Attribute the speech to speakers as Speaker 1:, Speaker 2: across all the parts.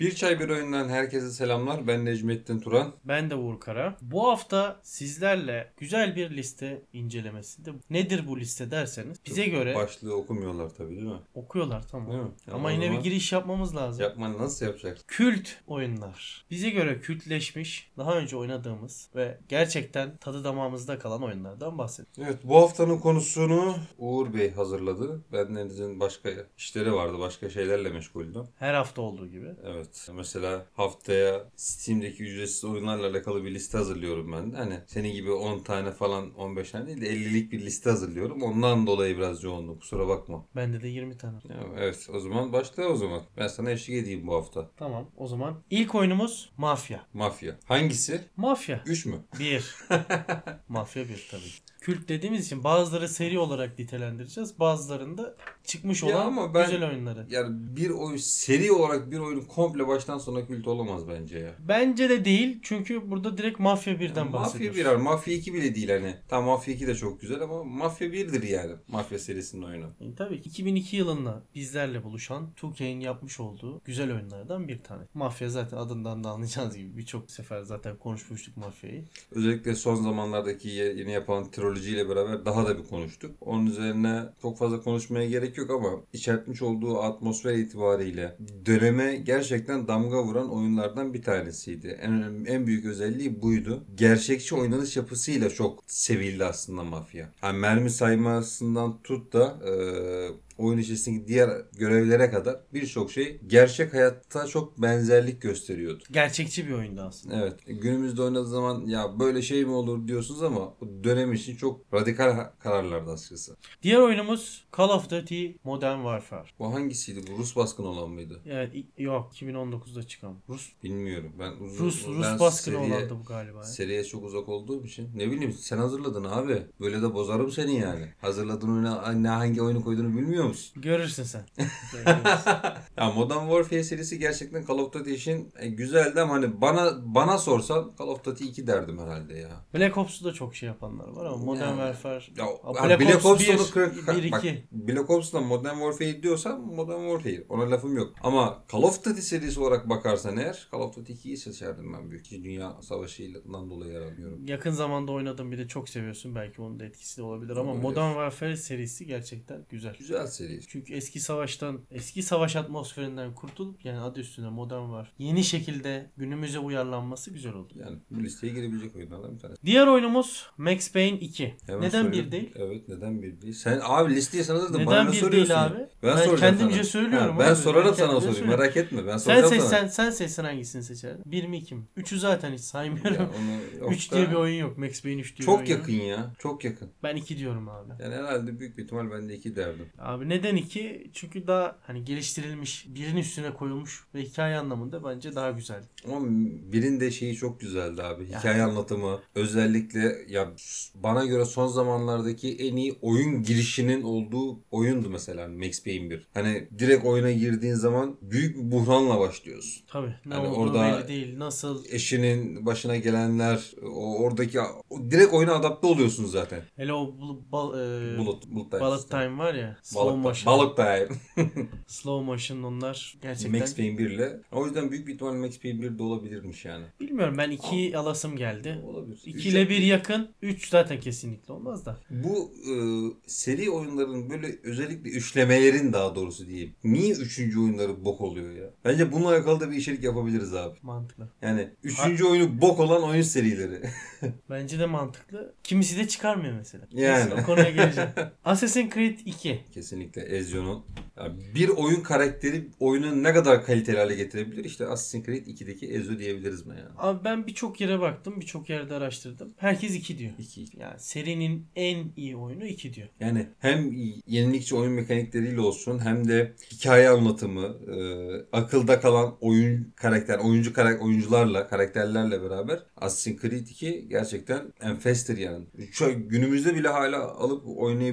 Speaker 1: Bir Çay Bir Oyundan herkese selamlar. Ben Necmettin Turan.
Speaker 2: Ben de Uğur Kara. Bu hafta sizlerle güzel bir liste incelemesinde nedir bu liste derseniz bize göre
Speaker 1: Başlığı okumuyorlar tabii değil mi?
Speaker 2: okuyorlar tamam.
Speaker 1: Değil mi?
Speaker 2: Ama
Speaker 1: o
Speaker 2: yine bir
Speaker 1: zaman
Speaker 2: giriş yapmamız lazım.
Speaker 1: Yapman nasıl yapacaksın?
Speaker 2: Kült oyunlar. Bize göre kültleşmiş, daha önce oynadığımız ve gerçekten tadı damağımızda kalan oyunlardan bahsediyoruz.
Speaker 1: Evet bu haftanın konusunu Uğur Bey hazırladı. Ben Deniz'in başka işleri vardı. Başka şeylerle meşguldüm.
Speaker 2: Her hafta olduğu gibi.
Speaker 1: Evet. Mesela haftaya Steam'deki ücretsiz oyunlarla alakalı bir liste hazırlıyorum ben. de. Hani senin gibi 10 tane falan 15 tane değil de 50'lik bir liste hazırlıyorum. Ondan dolayı biraz yoğundum. Kusura bakma.
Speaker 2: Bende de 20 tane.
Speaker 1: Ya, Evet o zaman başla o zaman. Ben sana eşlik edeyim bu hafta.
Speaker 2: Tamam o zaman. ilk oyunumuz Mafya.
Speaker 1: Mafya. Hangisi?
Speaker 2: Mafya
Speaker 1: 3 mü?
Speaker 2: 1. Mafya 1 tabii. Kült dediğimiz için bazıları seri olarak nitelendireceğiz. Bazılarında çıkmış
Speaker 1: Ya
Speaker 2: olan
Speaker 1: ama ben-
Speaker 2: güzel oyunları.
Speaker 1: Yani bir oyun seri olarak bir oyunun komple baştan sona kült olamaz bence ya.
Speaker 2: Bence de değil. Çünkü burada direkt Mafya birden
Speaker 1: Mafya
Speaker 2: bahsediyoruz.
Speaker 1: 1 Mafya 2 bile değil hani. Tam Mafya 2 de çok güzel ama Mafya 1'dir yani. Mafya serisinin oyunu.
Speaker 2: E, Tabii ki 2002 yılında bizlerle buluşan 2K'nin yapmış olduğu güzel oyunlardan bir tane. Mafya zaten adından da anlayacağınız gibi birçok sefer zaten konuşmuştuk Mafya'yı.
Speaker 1: Özellikle son zamanlardaki ye- yeni yapılan trilojiyle beraber daha da bir konuştuk. Onun üzerine çok fazla konuşmaya gerek yok ama içertmiş olduğu atmosfer itibariyle döneme gerçekten damga vuran oyunlardan bir tanesiydi. En, önemli- en büyük özelliği buydu. Gerçekçi oynanış yapısıyla çok sevildi aslında mafya. Ha mermi saymasından tut da e, oyun içerisindeki diğer görevlere kadar birçok şey gerçek hayatta çok benzerlik gösteriyordu.
Speaker 2: Gerçekçi bir oyundu aslında.
Speaker 1: Evet. e, Günümüzde oynadığı zaman ya böyle şey mi olur diyorsunuz ama bu dönem için çok radikal ha- kararlardı açıkçası.
Speaker 2: Diğer oyunumuz Call of Duty Modern Warfare.
Speaker 1: Bu hangisiydi? Bu Rus baskını olan mıydı?
Speaker 2: Evet, i- yok 2019'da çıkan. Rus
Speaker 1: Bilmiyorum. Ben uzun,
Speaker 2: Rus
Speaker 1: ben
Speaker 2: Rus baskını
Speaker 1: seriye-
Speaker 2: olandı bu galiba.
Speaker 1: Seriye çok uzak olduğum için. Ne bileyim sen hazırladın abi. Böyle de bozarım seni yani. Hazırladığın oyuna ne hangi oyunu koyduğunu bilmiyor musun?
Speaker 2: Görürsün sen. Görürsün.
Speaker 1: Ya Modern Warfare serisi gerçekten Call of Duty için e, güzeldi ama hani bana bana sorsan Call of Duty 2 derdim herhalde ya.
Speaker 2: Black Ops'u da çok şey yapanlar var ama Modern
Speaker 1: Yani.
Speaker 2: Warfare
Speaker 1: Ya,
Speaker 2: Ha,
Speaker 1: ha,
Speaker 2: Black
Speaker 1: Black
Speaker 2: Ops
Speaker 1: Ops
Speaker 2: 1,
Speaker 1: onu kırk-
Speaker 2: bir,
Speaker 1: bak,
Speaker 2: iki.
Speaker 1: Black Ops'la Modern Warfare diyorsan Modern Warfare. Ona lafım yok. Ama Call of Duty serisi olarak bakarsan eğer Call of Duty 2'yi seçerdim ben büyük. İkinci Dünya Savaşı'ndan dolayı aramıyorum.
Speaker 2: yakın zamanda oynadığın bir de çok seviyorsun. Belki onun da etkisi de olabilir ama
Speaker 1: Olabilir.
Speaker 2: Modern Warfare serisi gerçekten güzel.
Speaker 1: Güzel seri.
Speaker 2: Çünkü eski savaştan, eski savaş atmosferinden kurtulup yani adı üstüne Modern Warfare yeni şekilde günümüze uyarlanması güzel oldu.
Speaker 1: Yani bu listeye girebilecek oyunlardan bir tanesi.
Speaker 2: Diğer oyunumuz Max Payne 2.
Speaker 1: Hemen
Speaker 2: Neden
Speaker 1: soruyorum.
Speaker 2: bir değil?
Speaker 1: Evet neden bir değil? Sen abi listeyi sana dedim. bana
Speaker 2: Neden
Speaker 1: ne
Speaker 2: bir
Speaker 1: soruyorsun
Speaker 2: değil
Speaker 1: ya?
Speaker 2: abi?
Speaker 1: Ben,
Speaker 2: Ben
Speaker 1: soracağım
Speaker 2: kendimce
Speaker 1: sana.
Speaker 2: söylüyorum
Speaker 1: Ha, ben
Speaker 2: abi.
Speaker 1: sorarım
Speaker 2: Ben
Speaker 1: sana
Speaker 2: kendimce
Speaker 1: sorayım.
Speaker 2: söylüyorum.
Speaker 1: Merak etme. Ben
Speaker 2: şey Sen
Speaker 1: soracağım sana.
Speaker 2: seçsen, sen seçsen hangisini seçerdin? 1 mi 2 mi? 3'ü zaten hiç
Speaker 1: Ya
Speaker 2: saymıyorum.
Speaker 1: onu yok
Speaker 2: 3
Speaker 1: da-
Speaker 2: diye bir oyun yok. Max Payne 3 diye bir oyun
Speaker 1: Çok
Speaker 2: yok.
Speaker 1: yakın ya. Çok yakın.
Speaker 2: Ben 2 diyorum abi.
Speaker 1: Yani herhalde büyük bir ihtimal ben de 2 derdim.
Speaker 2: Abi neden 2? Çünkü daha hani geliştirilmiş, birinin üstüne koyulmuş ve hikaye anlamında bence daha güzel.
Speaker 1: Ama birinde şeyi çok güzeldi abi.
Speaker 2: Ya.
Speaker 1: Hikaye anlatımı. Özellikle ya bana göre son zamanlardaki en iyi oyun girişinin olduğu oyundu mesela Max Payne 1. Hani direkt oyuna girdiğin zaman büyük bir buhranla başlıyorsun.
Speaker 2: Tabii. Ne
Speaker 1: Yani
Speaker 2: olduğu
Speaker 1: orada-
Speaker 2: belli değil. Nasıl?
Speaker 1: Eşinin başına gelenler, o oradaki o direkt oyuna adapte oluyorsun zaten.
Speaker 2: Hele o bul- bal, e,
Speaker 1: Bulut, bulut time.
Speaker 2: Bullet Time var ya. Slow
Speaker 1: Balık,
Speaker 2: Motion.
Speaker 1: balık time.
Speaker 2: Slow Motion onlar gerçekten.
Speaker 1: Max Payne 1 ile. O yüzden büyük bir ihtimal Max Payne 1 de olabilirmiş yani.
Speaker 2: Bilmiyorum ben 2 alasım geldi.
Speaker 1: Olabilir.
Speaker 2: 2 ile 1 yakın. 3 zaten kesinlikle olmaz da.
Speaker 1: Bu e, seri oyunların böyle özellikle üçlemelerin daha doğrusu diyeyim. Niye üçüncü oyunları bok oluyor ya? Bence bununla alakalı da bir içerik yapabiliriz abi.
Speaker 2: Mantıklı.
Speaker 1: Yani üçüncü oyunu bok olan oyun serileri.
Speaker 2: Bence de mantıklı. Kimisi de çıkarmıyor mesela.
Speaker 1: Yani.
Speaker 2: Neyse, o konuya geleceğim. Assassin's Creed 2.
Speaker 1: Kesinlikle Ezio'nun. ya bir oyun karakteri oyunu ne kadar kaliteli hale getirebilir? İşte Assassin's Creed 2'deki Ezio diyebiliriz mi yani?
Speaker 2: Abi ben birçok yere baktım, birçok yerde araştırdım. Herkes 2 diyor.
Speaker 1: 2.
Speaker 2: Yani serinin en iyi oyunu 2 diyor.
Speaker 1: Yani hem yenilikçi oyun mekanikleriyle olsun hem de hikaye anlatımı, e, akılda kalan oyun karakter, oyuncu karak oyuncularla, karakterlerle beraber Assassin's Creed 2 gerçekten enfestir yani. Şu günümüzde bile hala alıp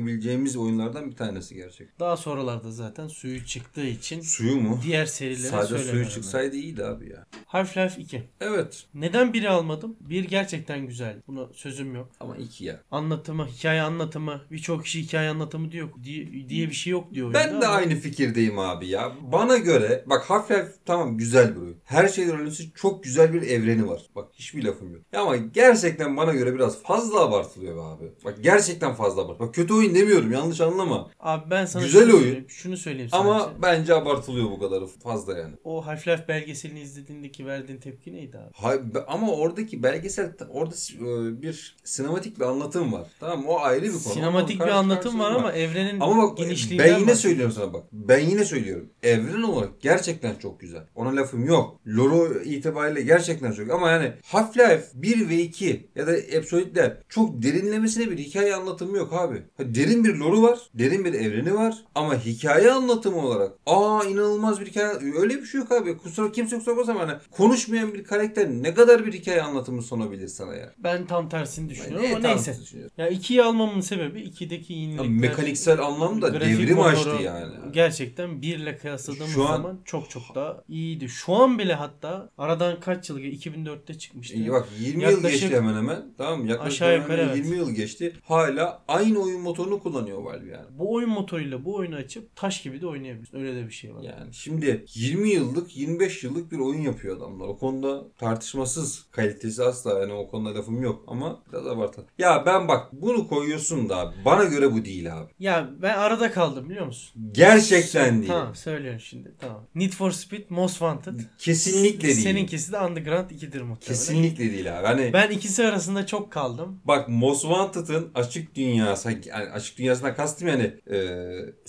Speaker 1: oynayabileceğimiz oyunlardan bir tanesi gerçek.
Speaker 2: Daha sonralarda zaten suyu çıktığı için
Speaker 1: Suyu mu?
Speaker 2: diğer serilere
Speaker 1: Sadece
Speaker 2: söylemiyorum.
Speaker 1: suyu çıksaydı iyiydi abi ya.
Speaker 2: Half-Life 2.
Speaker 1: Evet.
Speaker 2: Neden biri almadım? Bir gerçekten güzel. Buna sözüm yok.
Speaker 1: Ama iki ya.
Speaker 2: Anlatımı, hikaye anlatımı, birçok kişi hikaye anlatımı diyor diye, diye bir şey yok diyor. oyunda
Speaker 1: Ben de
Speaker 2: ama- hani-
Speaker 1: aynı fikirdeyim abi ya. Bana göre bak Half-Life tamam güzel bir oyun. Her şeyden önemlisi çok güzel bir evreni var. Bak hiçbir lafım yok. Ya ama gerçekten bana göre biraz fazla abartılıyor be abi. Bak gerçekten fazla abartılıyor. Bak kötü oyun demiyorum yanlış anlama.
Speaker 2: Abi ben sana
Speaker 1: Güzel
Speaker 2: şunu
Speaker 1: oyun.
Speaker 2: söyleyeyim, şunu söyleyeyim
Speaker 1: Ama
Speaker 2: sadece.
Speaker 1: bence abartılıyor bu kadarı fazla yani.
Speaker 2: O Half-Life belgeselini izlediğindeki verdiğin tepki neydi abi?
Speaker 1: Hay- be- ama oradaki belgesel orada s- e, bir sinematik bir anlatım var. Tamam mı? o ayrı bir konu.
Speaker 2: Sinematik
Speaker 1: Ama
Speaker 2: bir
Speaker 1: karşı
Speaker 2: anlatım var
Speaker 1: karşıya
Speaker 2: ama evrenin
Speaker 1: Ama bak
Speaker 2: genişliğinden
Speaker 1: ben yine
Speaker 2: bahsediyor.
Speaker 1: söylüyorum sana bak. Ben yine söylüyorum. Evren olarak gerçekten çok güzel. Ona lafım yok. Lore itibariyle gerçekten çok ama yani Half-Life 1 ve 2 ya da Episodikler çok derinlemesine bir hikaye anlatımı yok abi. Ha, derin bir lore'u var. Derin bir evreni var. Ama hikaye anlatımı olarak aa inanılmaz bir hikaye öyle bir şey yok abi. Kusura kimse kusura bakmasın ama hani konuşmayan bir karakter ne kadar bir hikaye anlatımı sunabilir sana ya.
Speaker 2: Ben tam tersini düşünüyorum ama
Speaker 1: Ne tarz
Speaker 2: neyse.
Speaker 1: düşünüyorsun?
Speaker 2: Ya 2'yi almamın sebebi 2'deki
Speaker 1: Ya,
Speaker 2: yenilikler.
Speaker 1: mekaniksel anlamda
Speaker 2: grafik
Speaker 1: devrim açtı
Speaker 2: motoru
Speaker 1: yani.
Speaker 2: Gerçekten 1 ile kıyasladığımız
Speaker 1: Şu an-
Speaker 2: zaman çok çok daha iyiydi. Şu an bile hatta aradan kaç yıl 2004'te çıkmıştı.
Speaker 1: İyi bak 20 yıl
Speaker 2: Yaklaşık-
Speaker 1: geçti hemen hemen. Tamam mı? Yaklaşık
Speaker 2: Aşağı
Speaker 1: hemen
Speaker 2: yukarı
Speaker 1: hemen
Speaker 2: evet.
Speaker 1: 20 yıl geçti. Hala aynı oyun motorunu kullanıyor Valve yani.
Speaker 2: Bu oyun motoruyla bu oyunu açıp taş gibi de oynayabilirsin. Öyle de bir şey var.
Speaker 1: Yani şimdi 20 yıllık 25 yıllık bir oyun yapıyor adamlar. O konuda tartışmasız kalitesi asla yani o konuda lafım yok ama biraz abartalım. Ya ben bak bunu koyuyorsun da bana göre bu değil abi.
Speaker 2: Ya ben arada kaldım biliyor musun?
Speaker 1: Gerçekten değil.
Speaker 2: Tamam söylüyorum şimdi. Tamam. Need for Speed Most Wanted.
Speaker 1: Kesinlikle değil.
Speaker 2: Seninkisi de Underground 2'dir muhtemelen.
Speaker 1: Kesinlikle değil abi. Hani
Speaker 2: Ben ikisi arasında çok kaldım.
Speaker 1: Bak Most Wanted'ın açık dünyası, yani açık dünyasından kastım yani e,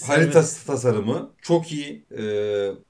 Speaker 1: harita tasarımı çok iyi. E,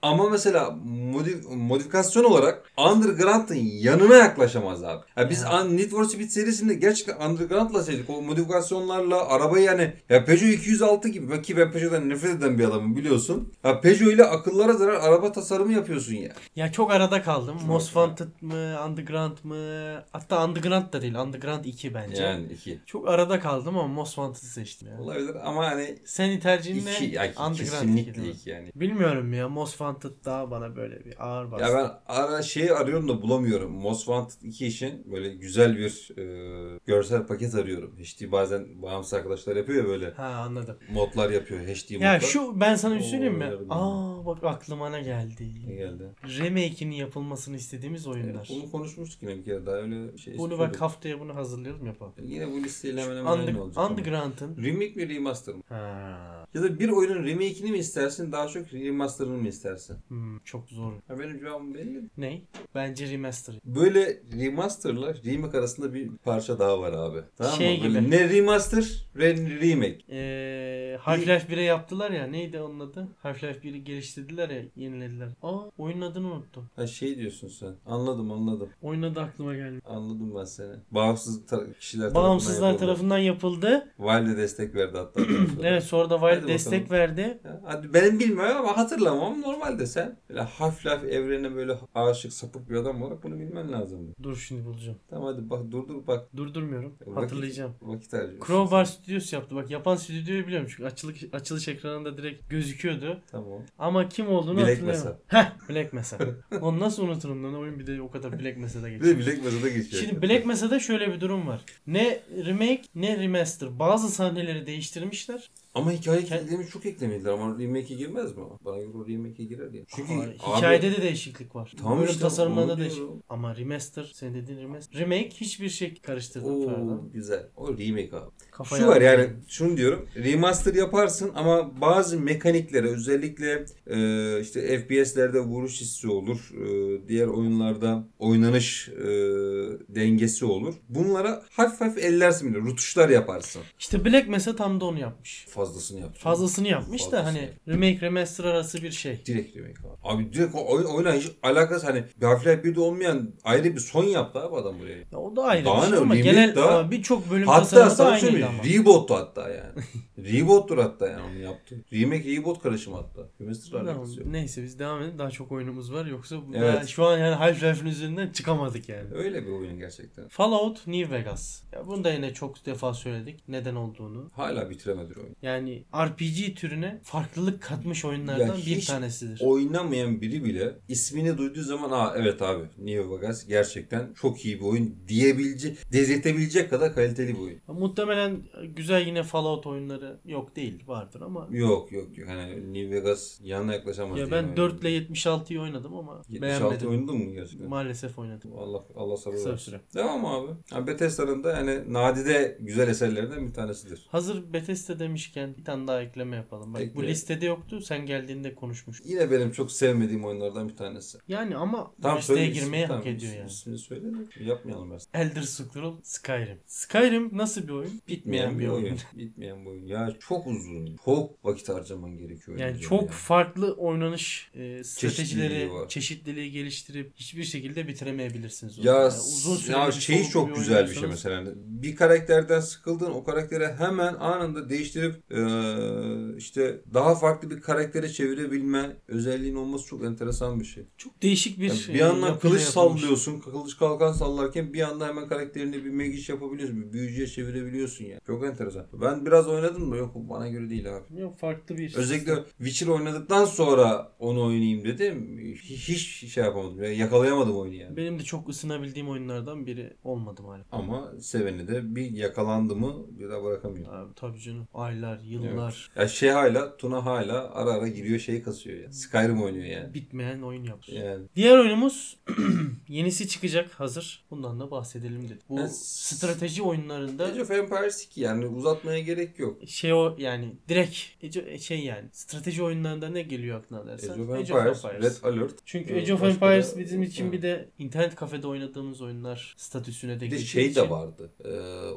Speaker 1: ama mesela modif- modifikasyon olarak Underground'ın yanına yaklaşamaz abi. Ya biz
Speaker 2: Ya.
Speaker 1: an- Need for Speed serisinde gerçekten Underground'la sevdik. O modifikasyonlarla arabayı yani ya Peugeot 206 gibi. Bak ki ben Peugeot'dan nefret eden bir adamım biliyorsun. Ya Peugeot ile akıllara zarar araba tasarımı yapıyorsun ya.
Speaker 2: Ya çok arada kaldım.
Speaker 1: Çok
Speaker 2: Most
Speaker 1: arada.
Speaker 2: Wanted mı, Underground mı? Hatta Underground da değil, Underground 2 bence.
Speaker 1: Yani iki.
Speaker 2: Çok arada kaldım ama Most Wanted'ı seçtim ya.
Speaker 1: Olabilir ama hani
Speaker 2: Senin tercihin ne?
Speaker 1: iki, ya
Speaker 2: Underground 2
Speaker 1: kesinlikle
Speaker 2: değil mi?
Speaker 1: iki yani.
Speaker 2: Bilmiyorum ya Most Wanted daha bana böyle bir ağır bastı.
Speaker 1: Ya ben ara şeyi arıyorum da bulamıyorum. Most Wanted 2 için böyle güzel bir e, görsel paket arıyorum. HD bazen bağımsız arkadaşlar yapıyor ya böyle
Speaker 2: Ha anladım.
Speaker 1: modlar yapıyor. HD modlar.
Speaker 2: Ya şu ben sana bir şey söyleyeyim mi?
Speaker 1: Oo, yarın.
Speaker 2: Aa bak aklıma ne
Speaker 1: Ne
Speaker 2: geldi.
Speaker 1: geldi?
Speaker 2: Remake'inin yapılmasını istediğimiz oyunlar.
Speaker 1: Evet, bunu konuşmuştuk yine bir kere daha öyle bir şey
Speaker 2: Bunu bak
Speaker 1: istiyorduk.
Speaker 2: haftaya bunu hazırlayalım yapalım.
Speaker 1: Yine bu listeyle hemen hemen
Speaker 2: Under,
Speaker 1: aynı olacak. ama.
Speaker 2: Underground'ın
Speaker 1: Remake mi remaster mı?
Speaker 2: ha,
Speaker 1: Ya da bir oyunun remake'ini mi istersin daha çok remaster'ını mı istersin?
Speaker 2: hmm, çok zor.
Speaker 1: Ya benim cevabım belli.
Speaker 2: Ne? Bence remaster.
Speaker 1: Böyle remaster'la remake arasında bir parça daha var abi. Tamam
Speaker 2: Şey
Speaker 1: mı? Böyle
Speaker 2: gibi.
Speaker 1: Ne remaster ne remake.
Speaker 2: Ee, Half-Life 1'e yaptılar ya. Neydi onun adı? Half-Life 1'i geliştirdiler ya. Yenilediler. Aa oyunun adını unuttum.
Speaker 1: Ha şey diyorsun sen. Anladım anladım.
Speaker 2: Oyunun adı aklıma geldi.
Speaker 1: Anladım ben seni. Bağımsız ta- kişiler
Speaker 2: Bağımsızlar
Speaker 1: tarafından.
Speaker 2: tarafından yapıldı.
Speaker 1: Vali de destek verdi hatta.
Speaker 2: Evet sonra da
Speaker 1: Hadi
Speaker 2: Wild
Speaker 1: bakalım.
Speaker 2: destek verdi.
Speaker 1: Ya, Hadi benim bilmiyorum ama hatırlamam normalde sen. Böyle Half-Life evrenine böyle aşık sapık bir adam olarak bunu bilmen lazım.
Speaker 2: Dur şimdi bulacağım.
Speaker 1: Tamam hadi bak durdur bak.
Speaker 2: Durdurmuyorum.
Speaker 1: Vakit-
Speaker 2: Hatırlayacağım.
Speaker 1: Vakit harcıyorsun.
Speaker 2: Crowbar Studios yaptı. Bak yapan stüdyoyu biliyorum çünkü açılış, açılış ekranında direkt gözüküyordu.
Speaker 1: Tamam.
Speaker 2: Ama kim olduğunu
Speaker 1: Black
Speaker 2: hatırlayamıyorum. Heh, Black Mesa. Onu nasıl unuturum lan? Oyun bir de o kadar Black Mesa'da
Speaker 1: Bir
Speaker 2: geçiyor.
Speaker 1: de bilek masada geçiyor.
Speaker 2: Şimdi Black Mesa'da şöyle bir durum var. Ne remake ne remaster. Bazı sahneleri değiştirmişler.
Speaker 1: Ama hikaye
Speaker 2: Hikaye-
Speaker 1: kendilerini çok eklemediler ama remake'e girmez mi? ama? Bana göre o remake'e girer ya. Çünkü
Speaker 2: Ama
Speaker 1: abi-
Speaker 2: hikayede de değişiklik var.
Speaker 1: Tamam
Speaker 2: Bölüm
Speaker 1: işte,
Speaker 2: tasarımlarında şey-
Speaker 1: onu
Speaker 2: değişiklik.
Speaker 1: diyorum.
Speaker 2: Ama remaster, senin dediğin remaster. Remake hiçbir şey karıştırdım
Speaker 1: Oo,
Speaker 2: falan.
Speaker 1: güzel. O remake abi.
Speaker 2: Kafaya
Speaker 1: Şu var yani
Speaker 2: aldım.
Speaker 1: şunu diyorum. Remaster yaparsın ama bazı mekaniklere özellikle e, işte FPS'lerde vuruş hissi olur. e, diğer oyunlarda oynanış e, dengesi olur. Bunlara hafif hafif ellersin bile. Rutuşlar yaparsın.
Speaker 2: İşte Black Mesa tam da onu yapmış.
Speaker 1: Fazlasını yap.
Speaker 2: Fazlasını yapmış da
Speaker 1: Fazlasını
Speaker 2: hani
Speaker 1: yap.
Speaker 2: remake remaster arası bir şey.
Speaker 1: Direkt remake abi. Abi direkt o oyun, oyuna hiç alakası hani bir Half-Life 1'de olmayan ayrı bir son yaptı abi adam buraya.
Speaker 2: Ya o da ayrı
Speaker 1: Daha
Speaker 2: bir şey
Speaker 1: ne,
Speaker 2: ama
Speaker 1: remake
Speaker 2: genel
Speaker 1: daha-
Speaker 2: ama birçok bölüm
Speaker 1: Hatta
Speaker 2: tasarımı da
Speaker 1: sana
Speaker 2: aynıydı
Speaker 1: söyleyeyim
Speaker 2: ama.
Speaker 1: reboot'tu hatta yani. Reboot'tur hatta yani onu yaptı. Remake reboot karışımı hatta. Remaster
Speaker 2: Tamam,
Speaker 1: alakası yok.
Speaker 2: neyse biz devam edelim. Daha çok oyunumuz var. Yoksa bu-
Speaker 1: Evet.
Speaker 2: daha şu an yani Half-Life'in üzerinden çıkamadık yani.
Speaker 1: Öyle bir oyun gerçekten.
Speaker 2: Fallout New Vegas. Ya bunu da yine çok defa söyledik neden olduğunu.
Speaker 1: Hala bitiremedi oyun.
Speaker 2: Yani RPG türüne farklılık katmış oyunlardan
Speaker 1: Ya
Speaker 2: bir
Speaker 1: hiç
Speaker 2: tanesidir.
Speaker 1: Oynamayan biri bile ismini duyduğu zaman aa evet abi New Vegas gerçekten çok iyi bir oyun diyebilecek, dezetebilecek kadar kaliteli bir oyun.
Speaker 2: Ya Muhtemelen güzel yine Fallout oyunları yok değil vardır ama
Speaker 1: Yok yok yok. Hani New Vegas yanına yaklaşamaz.
Speaker 2: ya
Speaker 1: diye
Speaker 2: ben 4 ile
Speaker 1: oynadım.
Speaker 2: 76'yı oynadım ama
Speaker 1: 76
Speaker 2: beğenmedim.
Speaker 1: oynadın mı gerçekten?
Speaker 2: Maalesef oynadım.
Speaker 1: Allah Allah sabır
Speaker 2: Kısa bir
Speaker 1: versin.
Speaker 2: süre.
Speaker 1: Devam abi. Yani Bethesda'nın da yani nadide güzel eserlerinden bir tanesidir.
Speaker 2: Hazır Bethesda demişken bir tane daha ekleme yapalım. Bak bu
Speaker 1: Ekle.
Speaker 2: listede yoktu. Sen geldiğinde konuşmuştuk.
Speaker 1: Yine benim çok sevmediğim oyunlardan bir tanesi.
Speaker 2: Yani ama bu
Speaker 1: Tamam,
Speaker 2: listeye
Speaker 1: söyle ismini,
Speaker 2: girmeyi hak
Speaker 1: tamam,
Speaker 2: ediyor
Speaker 1: is-
Speaker 2: yani.
Speaker 1: ismini söyle de yapmayalım ben.
Speaker 2: Elder Scrolls Skyrim. Skyrim nasıl bir oyun? Bitmeyen bir oyun.
Speaker 1: Bitmeyen bir oyun. Ya çok uzun. Çok vakit harcaman gerekiyor.
Speaker 2: Yani
Speaker 1: oyuncu
Speaker 2: çok
Speaker 1: ya.
Speaker 2: farklı oynanış e, stratejileri,
Speaker 1: Çeşitliliği var.
Speaker 2: çeşitliliği, geliştirip hiçbir şekilde bitiremeyebilirsiniz. onu.
Speaker 1: Ya,
Speaker 2: Yani
Speaker 1: ya
Speaker 2: süreli
Speaker 1: şey
Speaker 2: soluklu
Speaker 1: çok
Speaker 2: oyun
Speaker 1: güzel bir şey
Speaker 2: oynuyorsanız-
Speaker 1: mesela. Bir karakterden sıkıldın o karakteri hemen anında değiştirip eee, işte daha farklı bir karaktere çevirebilme özelliğin olması çok enteresan bir şey.
Speaker 2: Çok değişik bir
Speaker 1: Yani
Speaker 2: şey.
Speaker 1: bir yandan kılıç sallıyorsun. Kılıç kalkan sallarken bir anda hemen karakterini bir magic yapabiliyorsun. Bir büyücüye çevirebiliyorsun yani. Çok enteresan. Ben biraz oynadım da yok bu bana göre değil abi.
Speaker 2: Yok farklı bir
Speaker 1: Özellikle Witcher oynadıktan sonra onu oynayayım dedim. Hiç şey yapamadım. Yani Yakalayamadım oyunu yani.
Speaker 2: benim de çok ısınabildiğim oyunlardan biri olmadım hala.
Speaker 1: Ama seveni de bir yakalandı mı bir daha bırakamıyor.
Speaker 2: Abi, tabii canım. Aylar, yıllar
Speaker 1: Ya şey hala Tuna hala ara ara giriyor şeyi kasıyor ya. Skyrim oynuyor yani.
Speaker 2: bitmeyen oyun yapmış.
Speaker 1: Yani
Speaker 2: Diğer oyunumuz yenisi çıkacak hazır. Bundan da bahsedelim dedik. Bu
Speaker 1: Ben-
Speaker 2: strateji oyunlarında
Speaker 1: Age of Empires 2 yani uzatmaya gerek yok.
Speaker 2: şey o yani direkt Ece- şey yani strateji oyunlarında ne geliyor aklına dersen
Speaker 1: Age of Empires, Red Alert.
Speaker 2: Çünkü
Speaker 1: Evet,
Speaker 2: Age of
Speaker 1: başka
Speaker 2: Empires
Speaker 1: da-
Speaker 2: bizim için
Speaker 1: Evet.
Speaker 2: bir de internet kafede oynadığımız oyunlar statüsüne de
Speaker 1: Bir de
Speaker 2: geçtiği
Speaker 1: şey
Speaker 2: için-
Speaker 1: de vardı. Ee,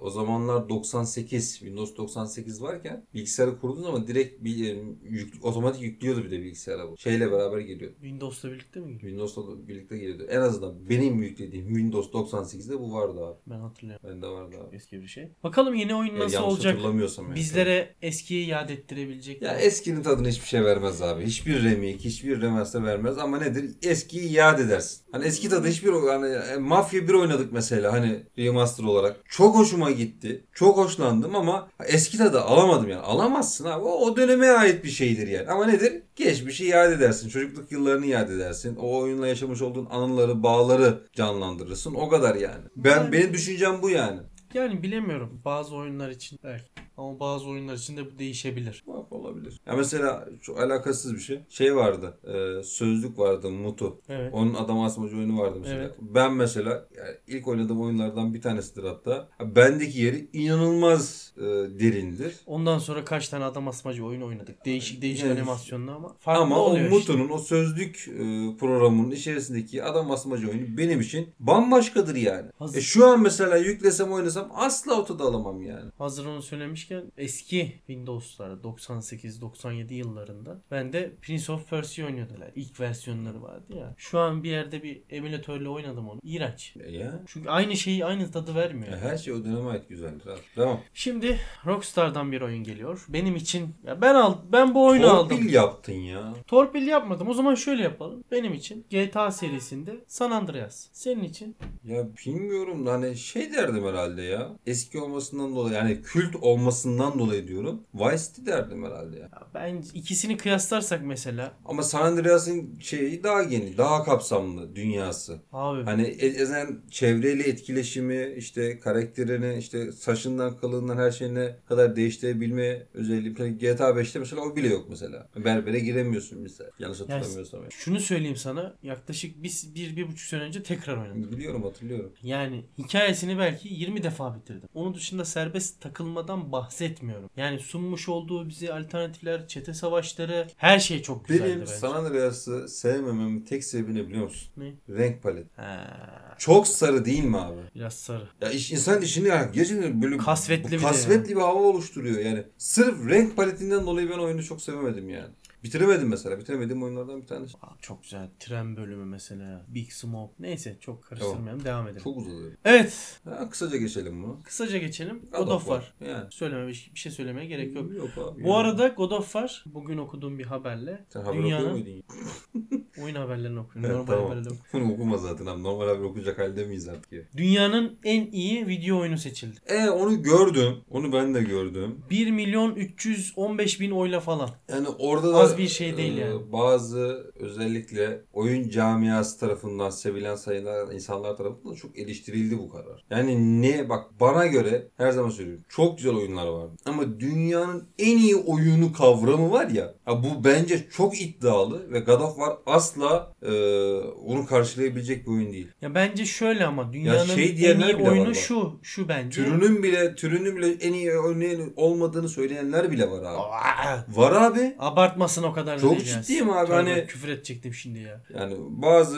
Speaker 1: o zamanlar 98, Windows 98 varken bilgisayarı kurduğun zaman direkt bir e, yük- otomatik yüklüyordu bir de bilgisayara bu. Şeyle beraber geliyordu.
Speaker 2: Windows'la birlikte mi geliyor?
Speaker 1: Windows'la da birlikte geliyordu. En azından benim yüklediğim Windows 98'de bu vardı abi.
Speaker 2: Ben hatırlıyorum.
Speaker 1: Bende vardı abi.
Speaker 2: Eski bir şey. Bakalım yeni oyun
Speaker 1: Ya
Speaker 2: nasıl
Speaker 1: yanlış
Speaker 2: olacak?
Speaker 1: hatırlamıyorsam yani.
Speaker 2: Bizlere eskiyi yad ettirebilecek.
Speaker 1: Ya
Speaker 2: mi?
Speaker 1: eskinin tadını hiçbir şey vermez abi. Hiçbir remake, hiçbir remaster vermez ama nedir? Eskiyi iade edersin. Hani eski
Speaker 2: Hmm.
Speaker 1: tadı hiçbir hani e, Mafya 1 oynadık mesela hani remaster olarak. Çok hoşuma gitti. Çok hoşlandım ama eski tadı alamadım yani. Alamazsın abi. O, o döneme ait bir şeydir yani. Ama nedir? Geçmişi iade edersin. Çocukluk yıllarını iade edersin. O oyunla yaşamış olduğun anıları, bağları canlandırırsın. O kadar yani. Ben
Speaker 2: Yani-
Speaker 1: benim düşüncem bu yani.
Speaker 2: Yani bilemiyorum. Bazı oyunlar için belki. Ama bazı oyunlar için de bu değişebilir.
Speaker 1: Bak olabilir. Ya mesela çok alakasız bir şey. Şey vardı. e, sözlük vardı Mutu.
Speaker 2: Evet.
Speaker 1: Onun adam asmacı oyunu vardı mesela.
Speaker 2: Evet.
Speaker 1: Ben mesela yani ilk oynadığım oyunlardan bir tanesidir hatta. Bendeki yeri inanılmaz e, derindir.
Speaker 2: Ondan sonra kaç tane adam asmacı oyun oynadık. Değişik değişik
Speaker 1: Yani-
Speaker 2: animasyonlu ama farklı
Speaker 1: Ama o
Speaker 2: oluyor işte.
Speaker 1: Mutu'nun o sözlük e, programının içerisindeki adam asmacı oyunu benim için bambaşkadır yani.
Speaker 2: Hazır.
Speaker 1: E, şu an mesela yüklesem oynasam asla o tadı alamam yani.
Speaker 2: Hazır onu söylemişken eski Windows'lar 98-97 yıllarında ben de Prince of Persia oynuyordular. İlk versiyonları vardı ya. Şu an bir yerde bir emülatörle oynadım onu. İğrenç.
Speaker 1: E, ya.
Speaker 2: Çünkü aynı şeyi aynı tadı vermiyor.
Speaker 1: E, her şey o döneme ait güzeldir abi. Tamam.
Speaker 2: Şimdi Rockstar'dan bir oyun geliyor. Benim için ya ben al ben bu oyunu aldım.
Speaker 1: Torpil yaptın ya.
Speaker 2: Torpil yapmadım. O zaman şöyle yapalım. Benim için GTA serisinde San Andreas. Senin için
Speaker 1: Ya bilmiyorum da hani şey derdim herhalde ya. Eski olmasından dolayı yani kült olmasından dolayı diyorum. Vice City derdim herhalde ya.
Speaker 2: ya ben ikisini kıyaslarsak mesela
Speaker 1: Ama San Andreas'ın şeyi daha geniş, daha kapsamlı dünyası.
Speaker 2: abi
Speaker 1: Hani ezen çevreyle etkileşimi, işte karakterini, işte saçından, kılığından her şeyine kadar değiştirebilme özelliği. Mesela GTA 5'te mesela o bile yok mesela. Berbere giremiyorsun mesela. Yanlış hatırlamıyorsam. yani.
Speaker 2: şunu söyleyeyim sana. Yaklaşık bir, bir, bir buçuk sene önce tekrar oynadım.
Speaker 1: Biliyorum hatırlıyorum.
Speaker 2: Yani hikayesini belki 20 defa bitirdim. Onun dışında serbest takılmadan bahsetmiyorum. Yani sunmuş olduğu bize alternatifler, çete savaşları her şey çok güzeldi
Speaker 1: Benim
Speaker 2: bence.
Speaker 1: San Andreas'ı sevmememin tek sebebini biliyor musun?
Speaker 2: Ne?
Speaker 1: Renk paleti.
Speaker 2: Ha,
Speaker 1: Çok sarı değil mi abi?
Speaker 2: biraz sarı.
Speaker 1: Ya iş, insan işini yani gerçekten böyle
Speaker 2: Kasvetli bir de
Speaker 1: kasvetli bir hava oluşturuyor yani. Sırf renk paletinden dolayı ben oyunu çok sevemedim yani. Bitiremedim mesela. Bitiremediğim oyunlardan bir tanesi.
Speaker 2: Aa, çok güzel. Tren bölümü mesela. Big Smoke. Neyse çok karıştırmayalım. Devam edelim.
Speaker 1: Çok uzadı.
Speaker 2: Evet.
Speaker 1: Ha, kısaca geçelim bunu.
Speaker 2: Kısaca geçelim. God of War.
Speaker 1: Yani.
Speaker 2: Söyleme bir bir şey söylemeye gerek yok.
Speaker 1: abi.
Speaker 2: Bu arada God of War bugün okuduğum bir haberle
Speaker 1: Sen haber okuyor
Speaker 2: dünyanın
Speaker 1: muydun? ya?
Speaker 2: oyun haberlerini okuyorum.
Speaker 1: Evet,
Speaker 2: Normal
Speaker 1: tamam.
Speaker 2: haberleri okuyorum.
Speaker 1: Bunu okuma zaten abi. Normal haber okuyacak halde miyiz artık ya?
Speaker 2: Dünyanın en iyi video oyunu seçildi.
Speaker 1: E onu gördüm. Onu ben de gördüm.
Speaker 2: 1 milyon 315 bin oyla falan.
Speaker 1: Yani orada da
Speaker 2: Az bir şey değil
Speaker 1: e,
Speaker 2: yani.
Speaker 1: Bazı özellikle oyun camiası tarafından sevilen sayılar insanlar tarafından çok eleştirildi bu karar. Yani ne bak bana göre her zaman söylüyorum çok güzel oyunlar var. Ama dünyanın en iyi oyunu kavramı var ya, ya bu bence çok iddialı ve God of War asla e, onu karşılayabilecek bir oyun değil.
Speaker 2: Ya bence şöyle ama dünyanın
Speaker 1: şey
Speaker 2: en
Speaker 1: diyenler
Speaker 2: iyi
Speaker 1: bile var
Speaker 2: oyunu
Speaker 1: bak.
Speaker 2: şu. Şu bence.
Speaker 1: Türünün bile türünün bile en iyi örneği olmadığını söyleyenler bile var abi.
Speaker 2: Aa,
Speaker 1: Var abi.
Speaker 2: Abartmasın o kadar da
Speaker 1: Çok
Speaker 2: değil yani.
Speaker 1: ciddiyim abi,
Speaker 2: Tövbe,
Speaker 1: hani-
Speaker 2: Küfür edecektim şimdi ya.
Speaker 1: Yani bazı